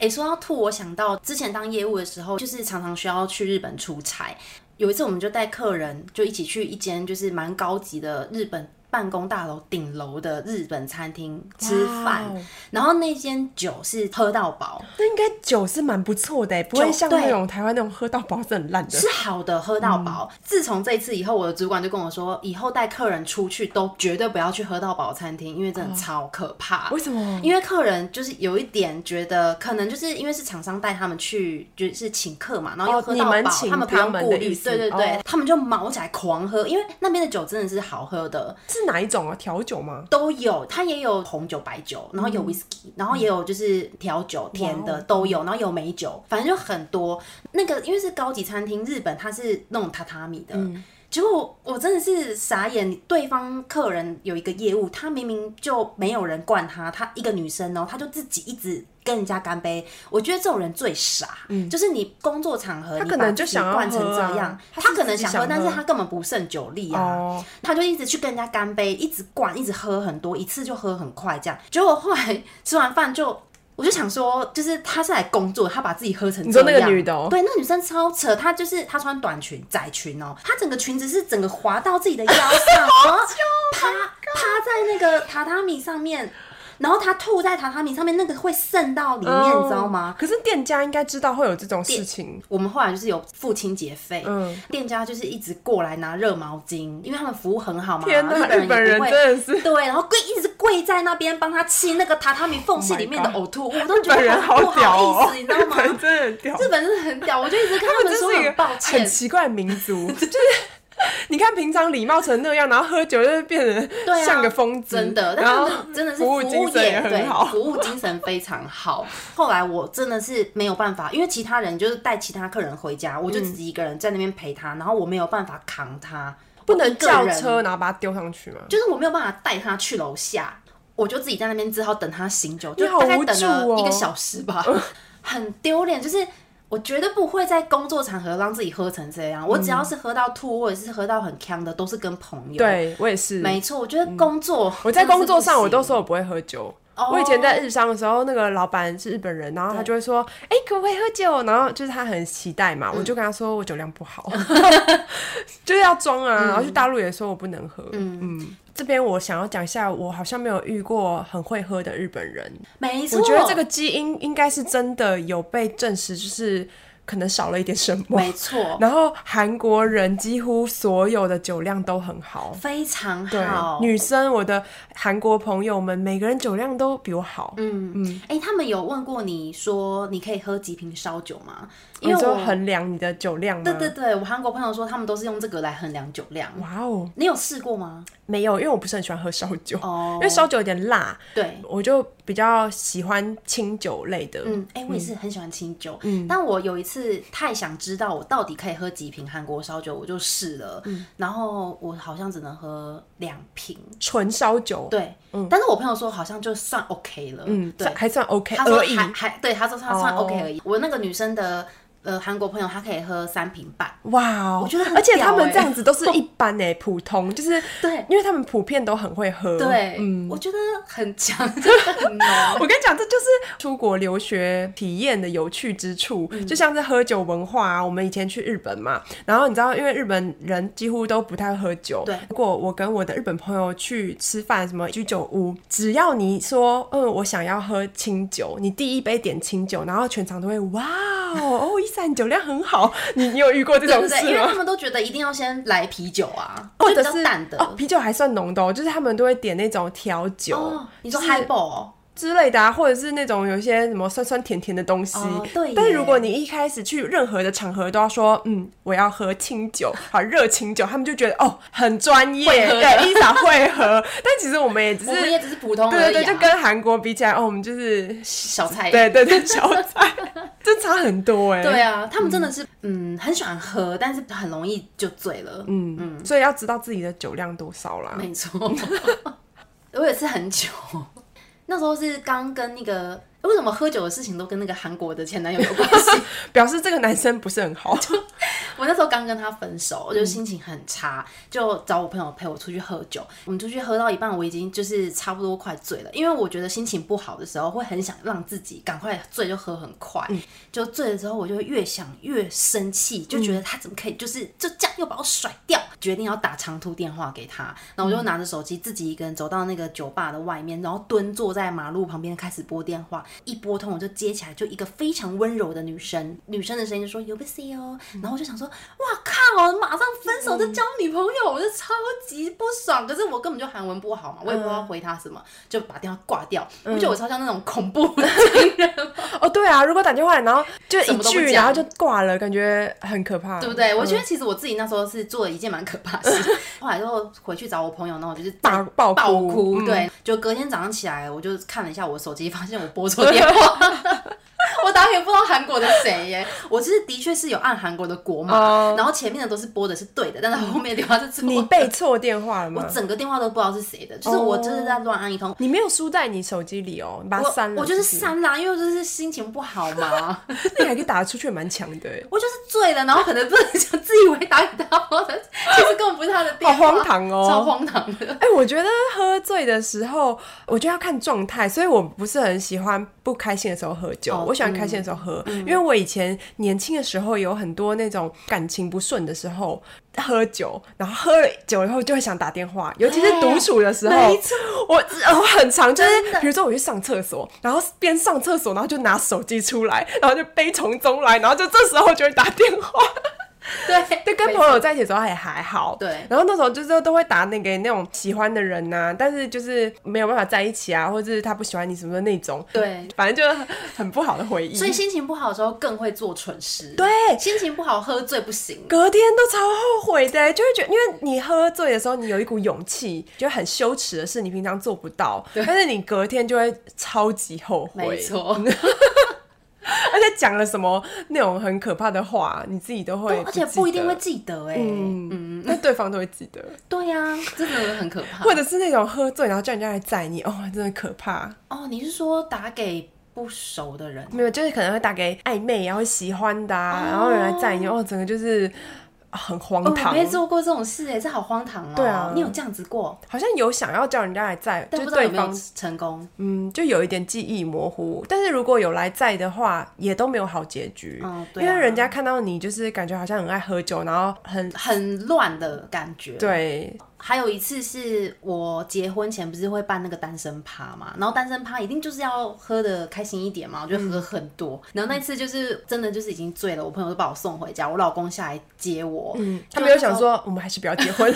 Speaker 2: 哎、说到吐，我想到之前当业务的时候，就是常常需要去日本出差。有一次，我们就带客人就一起去一间就是蛮高级的日本办公大楼顶楼的日本餐厅吃饭
Speaker 1: 哇哦
Speaker 2: 然后那间酒是喝到饱，
Speaker 1: 那应该酒是蛮不错的，欸不会
Speaker 2: 酒
Speaker 1: 像那种台湾那种喝到饱是很烂的
Speaker 2: 是。好的，喝到饱。
Speaker 1: 嗯
Speaker 2: 自从这一次以后，我的主管就跟我说，以后带客人出去都绝对不要去喝到饱餐厅，因为真的超可怕。
Speaker 1: 哦为什么？
Speaker 2: 因为客人就是有一点觉得，可能就是因为是厂商带他们去，就是请客嘛，然后又
Speaker 1: 哦
Speaker 2: 喝
Speaker 1: 你
Speaker 2: 到饱，
Speaker 1: 们请
Speaker 2: 他们不
Speaker 1: 他
Speaker 2: 用
Speaker 1: 们
Speaker 2: 顾
Speaker 1: 的
Speaker 2: 虑，
Speaker 1: 意思
Speaker 2: 对对对，
Speaker 1: 哦
Speaker 2: 他们就毛起来狂喝，因为那边的酒真的是好喝的，
Speaker 1: 是哪一种啊？调酒吗？
Speaker 2: 都有，它也有红酒、白酒，然后有 whisky，、然后也有就是调酒、甜
Speaker 1: 嗯哇
Speaker 2: 的
Speaker 1: 哦
Speaker 2: 都有，然后有美酒，反正就很多。那个因为是高级餐厅，日本它是那种榻榻米的。
Speaker 1: 嗯
Speaker 2: 结果我真的是傻眼，对方客人有一个业务，他明明就没有人灌他，他一个女生哦，他就自己一直跟人家干杯。我觉得这种人最傻，就是你工作场
Speaker 1: 嗯
Speaker 2: 合，
Speaker 1: 他
Speaker 2: 你
Speaker 1: 可
Speaker 2: 把
Speaker 1: 能就
Speaker 2: 自己
Speaker 1: 想要
Speaker 2: 灌成
Speaker 1: 喝
Speaker 2: 这
Speaker 1: 啊
Speaker 2: 样，
Speaker 1: 他
Speaker 2: 他
Speaker 1: 是
Speaker 2: 可
Speaker 1: 自
Speaker 2: 能
Speaker 1: 己
Speaker 2: 想
Speaker 1: 想
Speaker 2: 但是
Speaker 1: 喝
Speaker 2: 他根本不胜酒力啊。
Speaker 1: 哦，
Speaker 2: 他就一直去跟人家干杯，一直灌，一直喝很多，一次就喝很快这样。结果后来吃完饭就，我就想说，就是他是来工作，他把自己喝成
Speaker 1: 你说
Speaker 2: 这
Speaker 1: 那个
Speaker 2: 样
Speaker 1: 女的哦
Speaker 2: 对，那女生超扯，她就是她穿短裙窄裙哦，她整个裙子是整个滑到自己的腰上，然后趴趴在那个榻榻米上面。然后她吐在榻榻米上面，那个会渗到里面
Speaker 1: 哦
Speaker 2: 你知道吗？？
Speaker 1: 可是店家应该知道会有这种事情。
Speaker 2: 我们后来就是有付清洁费，
Speaker 1: 嗯
Speaker 2: 店家就是一直过来拿热毛巾，因为他们服务很好嘛，
Speaker 1: 天哪，
Speaker 2: 日
Speaker 1: 日本
Speaker 2: 本
Speaker 1: 人
Speaker 2: 也不会
Speaker 1: 真的 是，
Speaker 2: 对，然后跪一直跪在那边帮他清那个榻榻米缝隙里面的
Speaker 1: Oh
Speaker 2: 呕吐物，我都
Speaker 1: 日
Speaker 2: 觉
Speaker 1: 本
Speaker 2: 得
Speaker 1: 人
Speaker 2: 好不
Speaker 1: 屌
Speaker 2: 好
Speaker 1: 哦
Speaker 2: 意，思，你知道
Speaker 1: 日
Speaker 2: 吗
Speaker 1: 本？人真的很屌。
Speaker 2: 日本真的很屌，我就一直跟他
Speaker 1: 这
Speaker 2: 们说
Speaker 1: 是一个
Speaker 2: 很抱
Speaker 1: 很
Speaker 2: 歉，
Speaker 1: 奇怪的民族， 就是你看平常礼貌成那样，然后喝酒就变
Speaker 2: 对
Speaker 1: 成
Speaker 2: 啊
Speaker 1: 像个疯子，
Speaker 2: 真的，但
Speaker 1: 然
Speaker 2: 他
Speaker 1: 后
Speaker 2: 们真的是
Speaker 1: 服务精神
Speaker 2: 业
Speaker 1: 也
Speaker 2: 对
Speaker 1: 很好
Speaker 2: 服务精神非常好。 后来我真的是没有办法，因为其他人就是带其他客人回家，我就自己一个人在那边陪他，然后我没有办法扛他，
Speaker 1: 不
Speaker 2: 我一
Speaker 1: 能
Speaker 2: 个
Speaker 1: 叫
Speaker 2: 人
Speaker 1: 车，然后把它丢上去嘛。
Speaker 2: 就是我没有办法带他去楼下，我就自己在那边只好等他醒酒，就
Speaker 1: 你好
Speaker 2: 大概
Speaker 1: 无
Speaker 2: 等
Speaker 1: 助
Speaker 2: 了
Speaker 1: 哦
Speaker 2: 一个小时吧，很丢脸。就是我绝对不会在工作场合让自己喝成这
Speaker 1: 嗯
Speaker 2: 样，我只要是喝到吐或者是喝到很呛的，都是跟朋友。，
Speaker 1: 对我也是，嗯
Speaker 2: 没错，我觉得工作、
Speaker 1: 我在工作上我都说我不会喝酒，
Speaker 2: 哦
Speaker 1: 我以前在日商的时候，那个老板是日本人，然后他就会说：“哎、可不可以喝酒？”然后就是他很期待嘛，
Speaker 2: 嗯
Speaker 1: 我就跟他说我酒量不 好， 就是要装啊。
Speaker 2: 嗯
Speaker 1: 然后去大陆也说我不能喝。嗯这边我想要讲一下，我好像没有遇过很会喝的日本人。
Speaker 2: 没错，
Speaker 1: 我觉得这个基因应该是真的有被证实，就是可能少了一点什么。
Speaker 2: 没错，
Speaker 1: 然后韩国人几乎所有的酒量都很好，
Speaker 2: 非常
Speaker 1: 对
Speaker 2: 好，。
Speaker 1: 女生我的韩国朋友们每个人酒量都比我好，
Speaker 2: 嗯嗯，哎、他们有问过你说你可以喝几瓶烧酒吗？因
Speaker 1: 哦你
Speaker 2: 为
Speaker 1: 就
Speaker 2: 我
Speaker 1: 衡量你的酒量吗？
Speaker 2: 对对对，我韩国朋友说他们都是用这个来衡量酒量。
Speaker 1: 哇哦，
Speaker 2: 你有试过吗？
Speaker 1: 没有，因为我不是很喜欢喝烧酒，
Speaker 2: 哦
Speaker 1: 因为烧酒有点辣，
Speaker 2: 对，
Speaker 1: 我就比较喜欢清酒类的。
Speaker 2: 嗯，哎、我也是很喜欢清酒，嗯，但我有一次太想知道我到底可以喝几瓶韩国烧酒，我就试了，
Speaker 1: 嗯
Speaker 2: 然后我好像只能喝两瓶，
Speaker 1: 纯烧酒，
Speaker 2: 对，但是我朋友说好像就算 OK 了，
Speaker 1: 嗯，
Speaker 2: 对
Speaker 1: 算，还算 OK
Speaker 2: 他说
Speaker 1: 而已。
Speaker 2: 还还对，他说他算
Speaker 1: 哦
Speaker 2: OK 而已。我那个女生的呃韩国朋友，她可以喝三瓶半，
Speaker 1: 哇哦，
Speaker 2: 我觉得很
Speaker 1: 而且他
Speaker 2: 屌
Speaker 1: 们
Speaker 2: 欸
Speaker 1: 这样子都 是一般哎、普通，就是
Speaker 2: 对
Speaker 1: 因为他们普遍都很会喝。
Speaker 2: 对，
Speaker 1: 嗯。
Speaker 2: 我觉得很强， 真的很浓。
Speaker 1: 我跟你讲，这就是出国留学体验的有趣之处，
Speaker 2: 嗯
Speaker 1: 就像是喝酒文化啊。我们以前去日本嘛，然后你知道，因为日本人几乎都不太喝酒。
Speaker 2: 对
Speaker 1: 如果我跟我的日本朋友去吃饭，什么居酒屋，只要你说，嗯，我想要喝清酒，你第一杯点清酒，然后全场都会哇哦，哦，伊莎你酒量很好。 你你有遇过这
Speaker 2: 对
Speaker 1: 种
Speaker 2: 不对？因
Speaker 1: 事
Speaker 2: 为他
Speaker 1: 吗？
Speaker 2: 们都觉得一定要先来啤酒啊，
Speaker 1: 或
Speaker 2: 就
Speaker 1: 者
Speaker 2: 比较
Speaker 1: 是
Speaker 2: 淡的
Speaker 1: 哦，啤酒还算浓的哦，就是他们都会点那种调酒。
Speaker 2: 哦你说
Speaker 1: 就是
Speaker 2: highball 哦
Speaker 1: 之类的啊，或者是那种有一些什么酸酸甜甜的东西。
Speaker 2: 哦对耶
Speaker 1: 但是如果你一开始去任何的场合都要说，嗯，我要喝清酒，好热清酒，他们就觉得哦很专业，
Speaker 2: 会喝的
Speaker 1: 对，伊莎会喝。但其实我们也只是
Speaker 2: 我，们也只是普通而
Speaker 1: 对
Speaker 2: 已、啊，
Speaker 1: 对对，就跟韩国比起来，哦，我们就是，
Speaker 2: 小菜。
Speaker 1: 对对对，小菜， 真差很多哎、
Speaker 2: 对啊，他们真的是嗯很喜欢喝，但是很容易就醉了。嗯，
Speaker 1: 嗯，所以要知道自己的酒量多少啦。
Speaker 2: 没错。 我也是很久，那时候是刚跟那个为什么喝酒的事情都跟那个韩国的前男友有关 系？
Speaker 1: 表示这个男生不是很好，
Speaker 2: 我那时候刚跟他分手，我就心情很差，就找我朋友陪我出去喝酒。我们出去喝到一半，我已经就是差不多快醉了，因为我觉得心情不好的时候，会很想让自己赶快醉，就喝很快。就醉了之后，我就会越想越生气，就觉得他怎么可以就是就这样又把我甩掉，决定要打长途电话给他。然后我就拿着手机自己一个人走到那个酒吧的外面，然后蹲坐在马路旁边开始拨电话。一拨通我就接起来，就一个非常温柔的女生，女生的声音就说有 o u see 哦。然后我就想说，哇靠，马上分手就交女朋友，我就超级不爽。可是我根本就韩文不好嘛，我也不知道回他什么，就把电话挂掉。我觉得我超像那种恐怖的情人，
Speaker 1: 哦，对啊，如果打电话然后就
Speaker 2: 什
Speaker 1: 一
Speaker 2: 么都不
Speaker 1: 句，然
Speaker 2: 讲
Speaker 1: 后就挂了，感觉很可怕，
Speaker 2: 对不对？我
Speaker 1: 嗯
Speaker 2: 觉得其实我自己那时候是做了一件蛮可怕的 事，后来就回去找我朋友，然后我就是
Speaker 1: 大爆
Speaker 2: 爆
Speaker 1: 哭
Speaker 2: 哭，
Speaker 1: 嗯
Speaker 2: 对，就隔天早上起来，我就看了一下我手机，发现我拨错电话。 我打给不知道韩国的谁耶，我就是的确是有按韩国的国码，
Speaker 1: 哦
Speaker 2: 然后前面的都是拨的是对的，但是后面的电话是错的。
Speaker 1: 你哦背错电话了
Speaker 2: 我
Speaker 1: 吗？
Speaker 2: 整个电话都不知道是谁的，就是我就是在乱按一通，
Speaker 1: 你没有输在你手机里哦，你把它删了
Speaker 2: 我我就是
Speaker 1: 不
Speaker 2: 删啦，因为我就是心情不好嘛。
Speaker 1: 那你还可以打得出去，蛮强的耶，欸
Speaker 2: 我就是醉了，然后可能不能想自以为打给他，其实根本不是他的电
Speaker 1: 好
Speaker 2: 话，
Speaker 1: 荒唐
Speaker 2: 啊超
Speaker 1: 哦。
Speaker 2: 荒唐的。
Speaker 1: 哎、我觉得喝醉的时候，我觉得要看状态，所以我不是很喜欢不开心的时候喝酒，
Speaker 2: 哦嗯
Speaker 1: 我喜欢开心的时候喝，因为我以前年轻的时候有很多那种感情不顺的时候喝酒，然后喝了酒以后就会想打电话，尤其是
Speaker 2: 对
Speaker 1: 独处的时候，
Speaker 2: 哎没错
Speaker 1: 我呃我很常就
Speaker 2: 真
Speaker 1: 是
Speaker 2: 的，
Speaker 1: 比如说我去上厕所，然后边上厕所，然后就拿手机出来，然后就悲从中来，然后就这时候就会打电话。
Speaker 2: 对，
Speaker 1: 对，跟朋友在一起的时候也还好。
Speaker 2: 对
Speaker 1: 然后那时候就是都会打那个那种喜欢的人呐、但是就是没有办法在一起啊，或者是他不喜欢你什么的那种。
Speaker 2: 对，
Speaker 1: 反正就是很不好的回忆。
Speaker 2: 所以心情不好的时候更会做蠢事。
Speaker 1: 嗯对。
Speaker 2: 心情不好喝醉不行。
Speaker 1: 隔天都超后悔的，就会觉得，因为你喝醉的时候，你有一股勇气，就很羞耻的事，你平常做不到，但是你隔天就会超级后悔。
Speaker 2: 没错，
Speaker 1: 而且讲了什么那种很可怕的话，你自己都会，
Speaker 2: 而且不一定会。记得哎、
Speaker 1: 嗯，那对方都会记得，
Speaker 2: 对呀、啊，真的很可怕
Speaker 1: 或。者是那种喝醉然后叫人家来载你，哦，真的可怕。
Speaker 2: 哦，你是说打给不熟的人？
Speaker 1: 哦没有，就是可能会打给暧昧啊，然后喜欢的、啊，然后有人来载你，哦，整个就是啊、很荒
Speaker 2: 哦我
Speaker 1: 唐。
Speaker 2: 没做过这种事哎，这好荒唐哦。
Speaker 1: 对啊
Speaker 2: 你有这样子过，
Speaker 1: 好像有想要叫人家来载，
Speaker 2: 但
Speaker 1: 就
Speaker 2: 不知道
Speaker 1: 对
Speaker 2: 有没有
Speaker 1: 方
Speaker 2: 成功。
Speaker 1: 嗯，就有一点记忆模糊。但是如果有来载的话，也都没有好结局，
Speaker 2: 哦对
Speaker 1: 因为
Speaker 2: 啊
Speaker 1: 人家看到你就是感觉好像很爱喝酒，然后很
Speaker 2: 很乱的感觉。，
Speaker 1: 对
Speaker 2: 还有一次是我结婚前不是会办那个单身趴嘛，然后单身趴一定就是要喝的开心一点
Speaker 1: 嗯
Speaker 2: 嘛，我就喝很多。然后那次就是真的就是已经醉了，我朋友都把我送回家，我老公下来接我，嗯，
Speaker 1: 他没有想说我们还是不要结婚。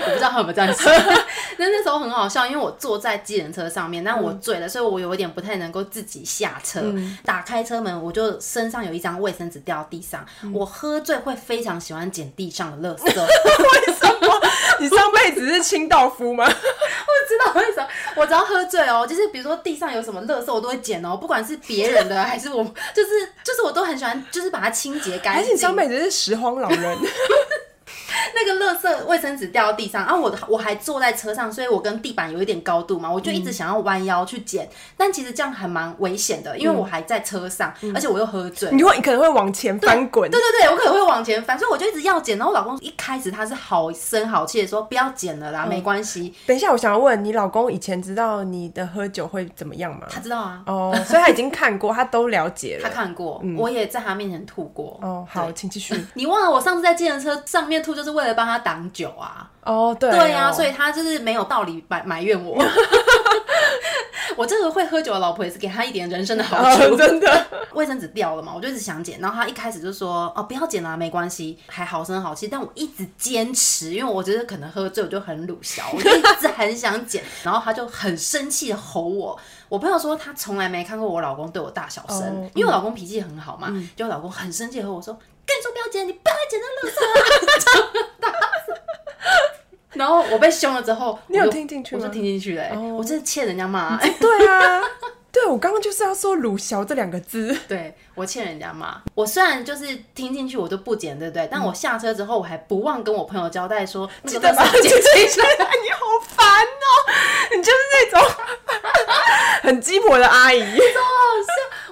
Speaker 2: 我不知道他有没有这样想。 那那时候很好笑，因为我坐在机人车上
Speaker 1: 嗯
Speaker 2: 面，但我醉了，所以我有一点不太能够自己下车。
Speaker 1: 嗯
Speaker 2: 打开车门，我就身上有一张卫生纸掉到地上。
Speaker 1: 嗯
Speaker 2: 我喝醉会非常喜欢捡地上的垃圾，我
Speaker 1: 你上辈子是清道夫 吗？
Speaker 2: 知道为什么。我只要喝醉哦，就是比如说地上有什么垃圾，我都会捡哦，不管是别人的还是我， 就是就是我都很喜欢，就是把它清洁干
Speaker 1: 还是你
Speaker 2: 净。
Speaker 1: 上辈子是拾荒老人？
Speaker 2: 那个垃圾卫生纸掉到地上，啊，我我还坐在车上，所以我跟地板有一点高度嘛，我就一直
Speaker 1: 嗯
Speaker 2: 想要弯腰去捡，但其实这样还蛮危险的，因
Speaker 1: 嗯
Speaker 2: 为我还在车上，而且我又喝醉。
Speaker 1: 你会你可能会往前翻滚
Speaker 2: 对。对对，我可能会往前翻，所以我就一直要捡。然后我老公一开始他是好声好气的说：“不要捡了
Speaker 1: 嗯
Speaker 2: 啦，没关系。
Speaker 1: 等一下，我想要问你，老公以前知道你的喝酒会怎么样吗”？
Speaker 2: 他知道啊，
Speaker 1: 哦，所以他已经看过，他都了解
Speaker 2: 他
Speaker 1: 了。
Speaker 2: 看过，我也在他面前吐过。
Speaker 1: 哦，好，请继续。
Speaker 2: 你忘了我上次在计程车上面吐，就是为了帮他挡酒啊。
Speaker 1: 哦，对，
Speaker 2: 对呀、所
Speaker 1: 以
Speaker 2: 以他就是没有道理埋埋怨我。 我这个会喝酒的老婆也是给他一点人生的好处。
Speaker 1: 哦，真的。
Speaker 2: 卫生纸掉了嘛，我就一直想捡，然后他一开始就说哦不要捡啦、没关系，还好声好气。但我一直坚持，因为我觉得可能喝醉，我就很鲁小，我就一直很想捡。然后他就很生气的吼我。我朋友说他从来没看过我老公对我大小声，
Speaker 1: 哦嗯
Speaker 2: 因为我老公脾气很好嘛，就我老公很生气地吼我说跟你说不要捡，你不要捡那垃圾、啊。 就大声然后我被凶了之后，
Speaker 1: 你有
Speaker 2: 我就
Speaker 1: 听进去
Speaker 2: 我
Speaker 1: 吗
Speaker 2: 就听进去了、欸
Speaker 1: 哦
Speaker 2: 我真的欠人家骂、
Speaker 1: 对啊，对我刚刚就是要说“鲁小”这两个字。
Speaker 2: 对我欠人家骂，我虽然就是听进去我就不捡，对不对？但我下车之后，我还不忘跟我朋友交代说，那
Speaker 1: 记得
Speaker 2: 个垃
Speaker 1: 把它
Speaker 2: 圾
Speaker 1: 剪
Speaker 2: 捡
Speaker 1: 进
Speaker 2: 起
Speaker 1: 去，
Speaker 2: 来。
Speaker 1: 你好烦哦！你就是那种 很鸡婆的阿姨，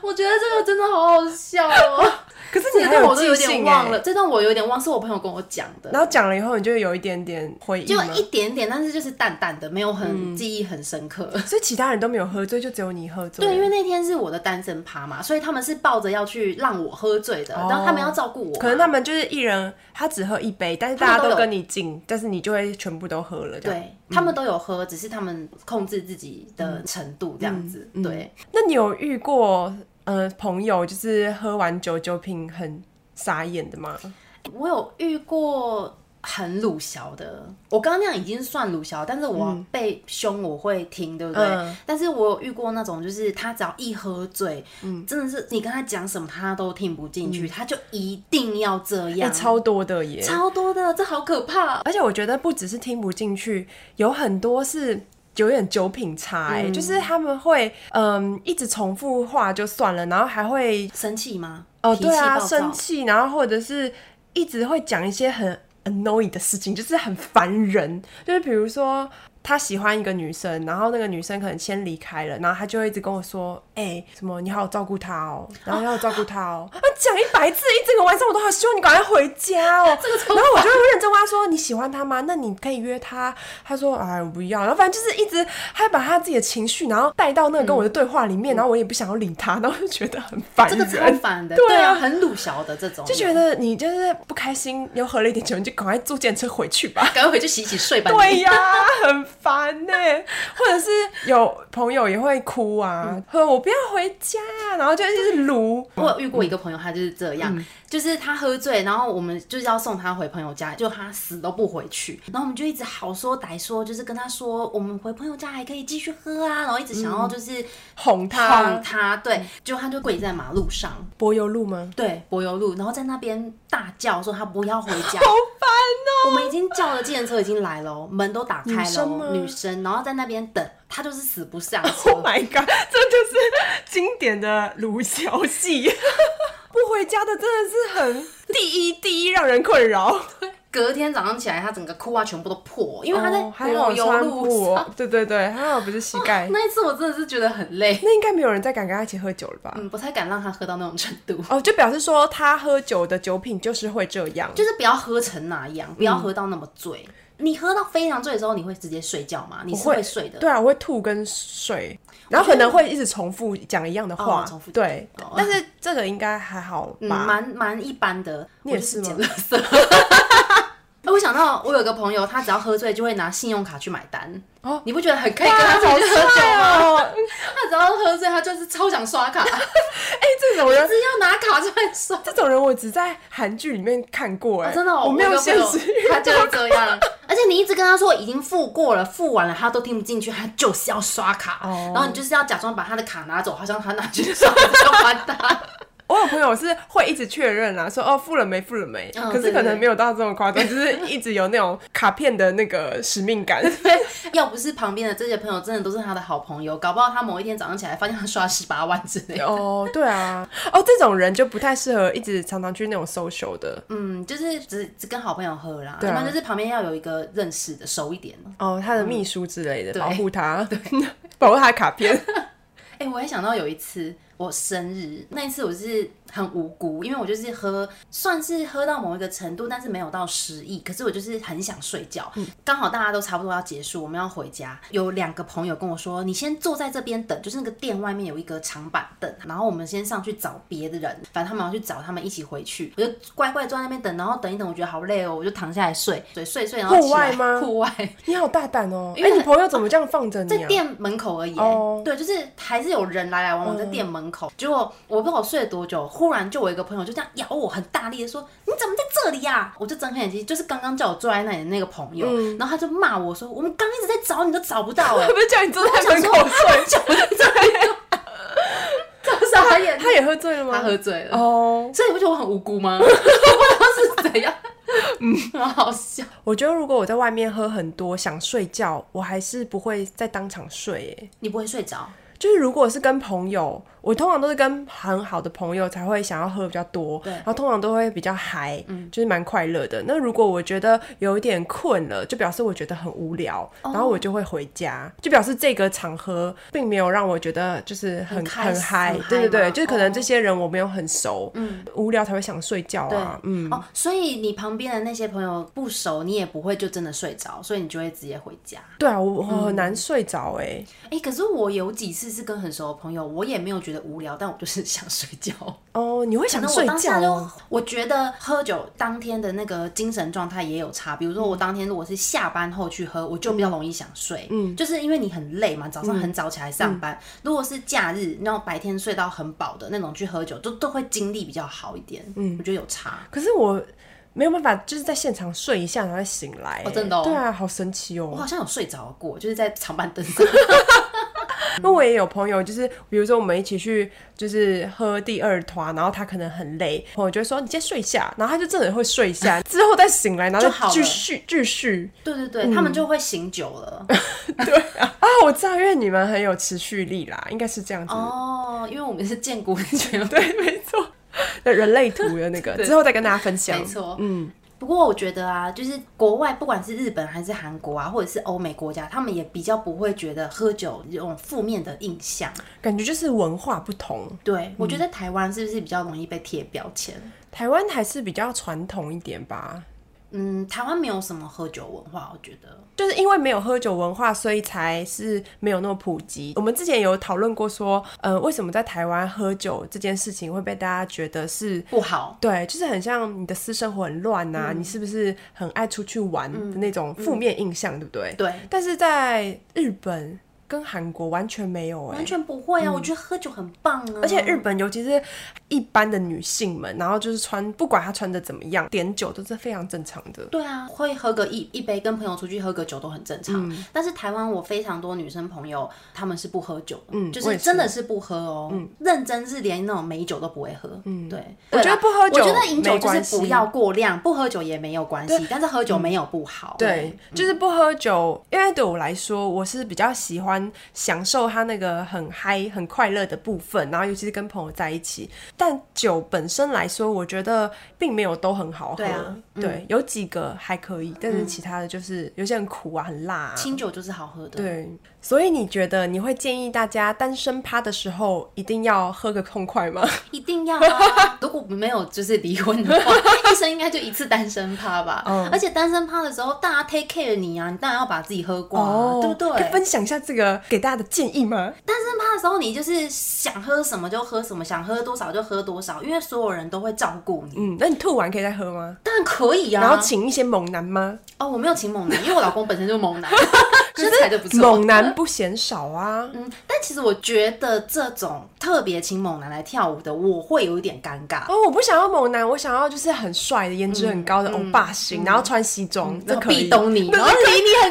Speaker 2: 我觉得这个真的好好 笑哦，
Speaker 1: 可是你
Speaker 2: 这
Speaker 1: 还
Speaker 2: 段我都
Speaker 1: 记
Speaker 2: 有点
Speaker 1: 性
Speaker 2: 忘
Speaker 1: 哎、
Speaker 2: 了，这段我有点忘，是我朋友跟我讲的。
Speaker 1: 然后讲了以后，你就有一点点回忆
Speaker 2: 就
Speaker 1: 嘛。
Speaker 2: 一点点，但是就是淡淡的，没有很、记忆很深刻。
Speaker 1: 所以其他人都没有喝醉，就只有你喝醉。
Speaker 2: 对，因为那天是我的单身趴嘛，所以他们是抱着要去让我喝醉的，然后他们要照顾我嘛。
Speaker 1: 哦可能他们就是一人他只喝一杯，但是大
Speaker 2: 他们
Speaker 1: 家
Speaker 2: 都
Speaker 1: 都
Speaker 2: 有
Speaker 1: 跟你敬，但是你就会全部都喝了。这样，
Speaker 2: 对他们都有喝，只是他们控制自己的程度这样子。
Speaker 1: 嗯嗯嗯
Speaker 2: 对，
Speaker 1: 那你有遇过呃朋友就是喝完酒酒品很傻眼的吗？
Speaker 2: 我有遇过很鲁小的，我刚刚那样已经算鲁小，但是我被凶我会听，对不对？
Speaker 1: 嗯
Speaker 2: 但是我有遇过那种，就是他只要一喝醉，
Speaker 1: 嗯
Speaker 2: 真的是你跟他讲什么他都听不进去，他就一定要这
Speaker 1: 哎、
Speaker 2: 样，
Speaker 1: 嗯超多的耶！
Speaker 2: 超多的，这好可怕哦。
Speaker 1: 而且我觉得不只是听不进去，有很多是。有点酒品差、欸，就是他们会嗯一直重复话就算了，然后还会
Speaker 2: 生气吗？
Speaker 1: 哦
Speaker 2: 脾
Speaker 1: 对
Speaker 2: 气
Speaker 1: 啊
Speaker 2: 暴
Speaker 1: 生
Speaker 2: 躁。
Speaker 1: 气，然后或者是一直会讲一些很 annoying 的事情，就是很烦人。就是比如说他喜欢一个女生，然后那个女生可能先离开了，然后他就会一直跟我说：“哎、什么你好好照顾她哦，然后要照顾她哦。” 啊，讲一百次，一整个晚上我都好希望你赶快回家 哦。
Speaker 2: 这个超
Speaker 1: 然后我就会认真问他说：“你喜欢他吗？那你可以约他。”他说：“哎，我不要。”然后反正就是一直，他把他自己的情绪，然后带到那个跟我的对话里面，然后我也不想要理他，然后就觉得很烦
Speaker 2: 这
Speaker 1: 人。
Speaker 2: 个超烦 的，
Speaker 1: 对啊
Speaker 2: 对啊，很鲁小的这种，。
Speaker 1: 就觉得你就是不开心，又喝了一点酒，你就赶快坐电车回去吧
Speaker 2: 赶快回去洗洗睡吧。
Speaker 1: 对呀、很烦呢、或者是有朋友也会哭
Speaker 2: 嗯
Speaker 1: 啊，说、我不要回家，然后就一直撸。
Speaker 2: 我有遇过一个朋友，他就是这样，
Speaker 1: 嗯
Speaker 2: 就是他喝醉，然后我们就是要送他回朋友家，就他死都不回去，然后我们就一直好说歹说，就是跟他说我们回朋友家还可以继续喝啊，然后一直想要就是
Speaker 1: 哄
Speaker 2: 哄
Speaker 1: 嗯他，嗯
Speaker 2: 他，对，结果他就跪在马路上，
Speaker 1: 柏油路 吗？
Speaker 2: 对，柏油路，然后在那边大叫说他不要回家，
Speaker 1: 好烦哦、
Speaker 2: 我们已经叫了计程车已经来了哦，门都打开
Speaker 1: 女
Speaker 2: 了
Speaker 1: 生吗
Speaker 2: 哦，女生，然后在那边等，他就是死不上
Speaker 1: Oh
Speaker 2: 车。
Speaker 1: my god，这就是经典的鲁小 戏，不回家的真的是很第一第一让人困扰。
Speaker 2: 隔天早上起来，他整个裤袜全部都破，因为他在
Speaker 1: 哦还
Speaker 2: 柏
Speaker 1: 好
Speaker 2: 油
Speaker 1: 穿
Speaker 2: 路
Speaker 1: 布
Speaker 2: 上。哦
Speaker 1: 哦，对对对，还好不是膝盖。
Speaker 2: 那一次我真的是觉得很累，
Speaker 1: 那应该没有人再敢跟他一起喝酒了吧？
Speaker 2: 嗯，不太敢让他喝到那种程度，
Speaker 1: 哦，就表示说他喝酒的酒品就是会这样。
Speaker 2: 就是不要喝成那样，不要喝到那么醉。嗯你喝到非常醉的时候，你会直接睡觉吗？你是
Speaker 1: 会
Speaker 2: 会睡的。
Speaker 1: 对啊，我会吐跟睡，然后可能会一直重复讲一样的话，
Speaker 2: 哦重复
Speaker 1: 对
Speaker 2: 哦。
Speaker 1: 但是这个应该还好
Speaker 2: 嗯，
Speaker 1: 吧？
Speaker 2: 蛮蛮一般的。
Speaker 1: 你
Speaker 2: 我
Speaker 1: 也
Speaker 2: 就是
Speaker 1: 吗
Speaker 2: 捡垃圾。 哎我想到我有个朋友，他只要喝醉就会拿信用卡去买单。哦
Speaker 1: 哦，
Speaker 2: 你不觉得很可以跟他
Speaker 1: 哇
Speaker 2: 出去喝酒
Speaker 1: 帅
Speaker 2: 吗？
Speaker 1: 哦！
Speaker 2: 他只要喝醉，他就是超想刷卡，只
Speaker 1: 哎，这种人，
Speaker 2: 要拿卡就会刷。
Speaker 1: 这种人我只在韩剧里面看过，哎，
Speaker 2: 真的哦、
Speaker 1: 我没有
Speaker 2: 有
Speaker 1: 现实遇
Speaker 2: 他就
Speaker 1: 到
Speaker 2: 是这样。 而且你一直跟他说已经付过了，付完了，他都听不进去，他就是要刷卡，
Speaker 1: 哦
Speaker 2: 然后你就是要假装把他的卡拿走，好像他拿去刷就完 蛋。
Speaker 1: 我有朋友是会一直确认啊，说哦付了没付了没，
Speaker 2: 嗯
Speaker 1: 可是
Speaker 2: 对对
Speaker 1: 可
Speaker 2: 对
Speaker 1: 能没有到这么夸张，就是一直有那种卡片的那个使命 感。
Speaker 2: 要不是旁边的这些朋友真的都是他的好朋友，搞不好他某一天早上起来发现他刷十八万之类的。
Speaker 1: 哦，对啊， 哦这种人就不太适合一直常常去那种 social 的。
Speaker 2: 嗯，就是只只跟好朋友喝啦，
Speaker 1: 对啊
Speaker 2: 要不然就是旁边要有一个认识的熟一点。
Speaker 1: 哦，他的秘书之类的，
Speaker 2: 嗯 对
Speaker 1: 保护他， 保护他的卡 片。
Speaker 2: 哎、我还想到有一次我生日，那一次我是很无辜，因为我就是喝，算是喝到某一个程度，但是没有到失忆，可是我就是很想睡觉。
Speaker 1: 嗯
Speaker 2: 刚、好大家都差不多要结束，我们要回家，有两个朋友跟我说，你先坐在这边等，就是那个店外面有一个长板凳，然后我们先上去找别的人，反正他们要去找他们一起回去，我就乖乖坐在那边等，然后等一等，我觉得好累哦，我就躺下来睡，睡睡睡，然后
Speaker 1: 户
Speaker 2: 起来
Speaker 1: 外吗
Speaker 2: 户外。
Speaker 1: 你好大胆哦！
Speaker 2: 因
Speaker 1: 哎、
Speaker 2: 为
Speaker 1: 你朋友怎么这样放着你
Speaker 2: 在
Speaker 1: 啊？
Speaker 2: 店门口而已、
Speaker 1: 哦嗯
Speaker 2: 对，就是还是有人来来往往在店门口。结果我不知道我睡了多久，忽然就有一个朋友就这样咬我，很大力的说：“你怎么在这里呀、我就睁开眼睛，就是刚刚叫我坐在那里的那个朋友，
Speaker 1: 嗯
Speaker 2: 然后他就骂我说：“我们刚一直在找你，都找不 到 哎、
Speaker 1: 不是叫你坐
Speaker 2: 我
Speaker 1: 在
Speaker 2: 想
Speaker 1: 门
Speaker 2: 说
Speaker 1: 口睡觉？
Speaker 2: 傻 眼，
Speaker 1: 他也喝醉了
Speaker 2: 他
Speaker 1: 吗？
Speaker 2: 喝醉了。
Speaker 1: 哦，
Speaker 2: 所以你不觉得我很无辜吗？ 我不知道是怎样，嗯，很 好笑。
Speaker 1: 我觉得如果我在外面喝很多想睡觉，我还是不会在当场睡、哎，
Speaker 2: 你不会睡着，
Speaker 1: 就是如果是跟朋友，我通常都是跟很好的朋友才会想要喝比较多，
Speaker 2: 对嗯
Speaker 1: 然后通常都会比较嗨，就是蛮快乐的。那如果我觉得有一点困了，就表示我觉得很无聊，
Speaker 2: 哦
Speaker 1: 然后我就会回家，就表示这个场合并没有让我觉得就是很
Speaker 2: 很开心
Speaker 1: 嗨
Speaker 2: 很，嗨
Speaker 1: 对对
Speaker 2: 嘛
Speaker 1: 对，就是可能
Speaker 2: 哦
Speaker 1: 这些人我没有很熟，嗯，无聊才会想睡觉
Speaker 2: 对
Speaker 1: 啊，，嗯。
Speaker 2: 哦，所以你旁边的那些朋友不熟，你也不会就真的睡着，所以你就会直接回家。
Speaker 1: 对啊，我我
Speaker 2: 嗯
Speaker 1: 很难睡着哎、
Speaker 2: 哎、可是我有几次是跟很熟的朋友，我也没有觉得无聊，但我就是想睡 觉。
Speaker 1: 哦，你会想
Speaker 2: 那我
Speaker 1: 睡
Speaker 2: 当
Speaker 1: 觉
Speaker 2: 下就
Speaker 1: 哦，
Speaker 2: 我觉得喝酒当天的那个精神状态也有差。比如
Speaker 1: 嗯
Speaker 2: 说我当天如果是下班后去喝，我就比较容易想睡，嗯，就是因为你很累嘛，早
Speaker 1: 嗯
Speaker 2: 上很早起来上班。如果是假日，然后白天睡到很饱的那种去喝酒，都都会精力比较好一点。嗯，我觉得有差。
Speaker 1: 可是我没有办法，就是在现场睡一下，然后再醒来、
Speaker 2: 哦真的哦
Speaker 1: 对啊，好神奇哦。
Speaker 2: 我好像有睡着过，就是在长板 凳上。
Speaker 1: 那我也有朋友，就是比如说我们一起去，就是喝第二团，然后他可能很累，朋友就会说你先睡一下，然后他就真的会睡一 下，之后再醒来，然后
Speaker 2: 就
Speaker 1: 再
Speaker 2: 好了
Speaker 1: 继续继续。
Speaker 2: 对对
Speaker 1: 嗯
Speaker 2: 对，他们就会醒酒了。
Speaker 1: 对啊，啊，我知道，因为你们很有持续力啦，应该是这样子。
Speaker 2: 哦，因为我们是建国酒。
Speaker 1: 对，没错，那人类图的 那个之后再跟大家分享。
Speaker 2: 没错，嗯。不过我觉得啊，就是国外不管是日本还是韩国啊，或者是欧美国家，他们也比较不会觉得喝酒有种负面的印象。
Speaker 1: 感觉就是文化不同，
Speaker 2: 对、我觉得台湾是不是比较容易被贴标签？
Speaker 1: 台湾还是比较传统一点吧。
Speaker 2: 嗯，台湾没有什么喝酒文化，我觉得。
Speaker 1: 就是因为没有喝酒文化，所以才是没有那么普及。我们之前有讨论过说，呃，为什么在台湾喝酒这件事情会被大家觉得是。
Speaker 2: 不好，
Speaker 1: 对，就是很像你的私生活很乱呐、
Speaker 2: 嗯
Speaker 1: 你是不是很爱出去玩的那种负面印象，对不对？
Speaker 2: 对，
Speaker 1: 但是在日本跟韩国完全没有哎、
Speaker 2: 完全不会啊！我觉得喝酒很棒啊，
Speaker 1: 而且日本尤其是一般的女性们，然后就是穿不管她穿的怎么样，点酒都是非常正常的。
Speaker 2: 对啊，会喝个一一杯，跟朋友出去喝个酒都很正常。
Speaker 1: 嗯
Speaker 2: 但是台湾我非常多女生朋友，她们是不喝酒的，就
Speaker 1: 嗯我
Speaker 2: 是
Speaker 1: 也是嗯
Speaker 2: 真的是不喝哦，认真是连那种美酒都不会喝。嗯，对，
Speaker 1: 啊我觉得
Speaker 2: 对啦
Speaker 1: 不喝酒
Speaker 2: 我觉得饮酒
Speaker 1: 没
Speaker 2: 就
Speaker 1: 关
Speaker 2: 是
Speaker 1: 系
Speaker 2: 不要过量，不喝酒也没有关系，但是喝酒没有不好。
Speaker 1: 嗯对，，就是不喝酒，因为对我来说，我是比较喜欢欢享受他那个很嗨、很快乐的部分，然后尤其是跟朋友在一起。但酒本身来说，我觉得并没有都很好喝，
Speaker 2: 对啊嗯
Speaker 1: 对嗯有几个还可以，但是其他的就是、有些很苦啊，很辣、啊。
Speaker 2: 清酒就是好喝的。，
Speaker 1: 对，所以你觉得你会建议大家单身趴的时候一定要喝个痛快 吗？
Speaker 2: 一定要 啊！如果没有就是离婚的话，一 生应该就一次单身趴吧。
Speaker 1: 嗯
Speaker 2: 而且单身趴的时候，大家 take care 你啊，你当然要把自己喝光、啊，对不
Speaker 1: 哦可以
Speaker 2: 对？
Speaker 1: 分享一下这个给大家的建议吗？
Speaker 2: 单身趴的时候，你就是想喝什么就喝什么，想喝多少就喝多少，因为所有人都会照顾你。
Speaker 1: 嗯，那你吐完可以再喝吗？
Speaker 2: 当然可以啊。
Speaker 1: 然后请一些猛男吗？
Speaker 2: 哦，我没有请猛男，因为我老公本身就是猛 男，身材就不错。
Speaker 1: 猛男不嫌少啊。
Speaker 2: 嗯，但其实我觉得这种特别请猛男来跳舞的，我会有一点尴尬。
Speaker 1: 哦，我不想要猛男，我想要就是很帅的、颜值很高的欧巴型，然后穿西装，这
Speaker 2: 嗯然后
Speaker 1: 可以。
Speaker 2: 壁咚你，
Speaker 1: 对
Speaker 2: 然后离你很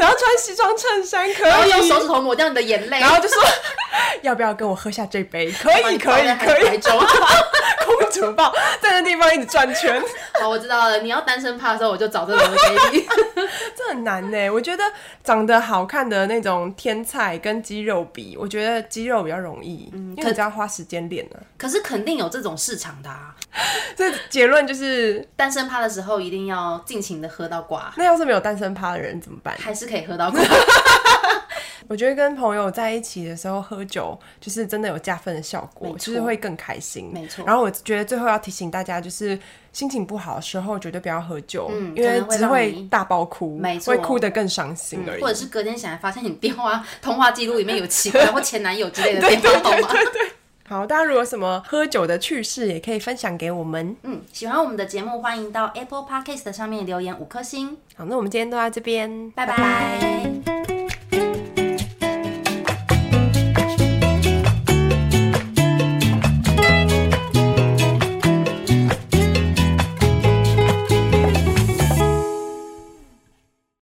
Speaker 1: 然后穿西装衬衫可
Speaker 2: 然后用
Speaker 1: 以，
Speaker 2: 手指头抹掉你的眼泪，
Speaker 1: 然后就说 要不要跟我喝下这杯？可以，可以，可以。
Speaker 2: 台 中。
Speaker 1: 公主抱在那地方一直转圈，
Speaker 2: 好，我知道了。你要单身趴的时候，我就找这种给你。
Speaker 1: 这很难呢。欸我觉得长得好看的那种天菜跟肌肉比，我觉得肌肉比较容易，
Speaker 2: 嗯
Speaker 1: 因为你只要花时间练啊。
Speaker 2: 可是肯定有这种市场的啊。
Speaker 1: 所以结论就是，
Speaker 2: 单身趴的时候一定要尽情的喝到瓜，
Speaker 1: 那要是没有单身趴的人怎么办？
Speaker 2: 还是可以喝 到瓜。
Speaker 1: 我觉得跟朋友在一起的时候喝酒，就是真的有加分的效果，
Speaker 2: 没错
Speaker 1: 就是会更开心。
Speaker 2: 没错
Speaker 1: 然后我觉得最后要提醒大家，就是心情不好的时候绝对不要喝酒，
Speaker 2: 嗯
Speaker 1: 因为
Speaker 2: 真的会
Speaker 1: 只
Speaker 2: 让
Speaker 1: 会
Speaker 2: 你
Speaker 1: 大爆哭，
Speaker 2: 没错嗯
Speaker 1: 会哭得更伤心而已。
Speaker 2: 或者是隔天醒来发现你电话 通话记录里面有奇怪或前男友之类 的电话号码。
Speaker 1: 好，大家如果有什么喝酒的趣事，也可以分享给我们。
Speaker 2: 嗯，喜欢我们的节目，欢迎到 Apple Podcast 上面留言五颗星，
Speaker 1: 好，那我们今天都到这边，
Speaker 2: 拜拜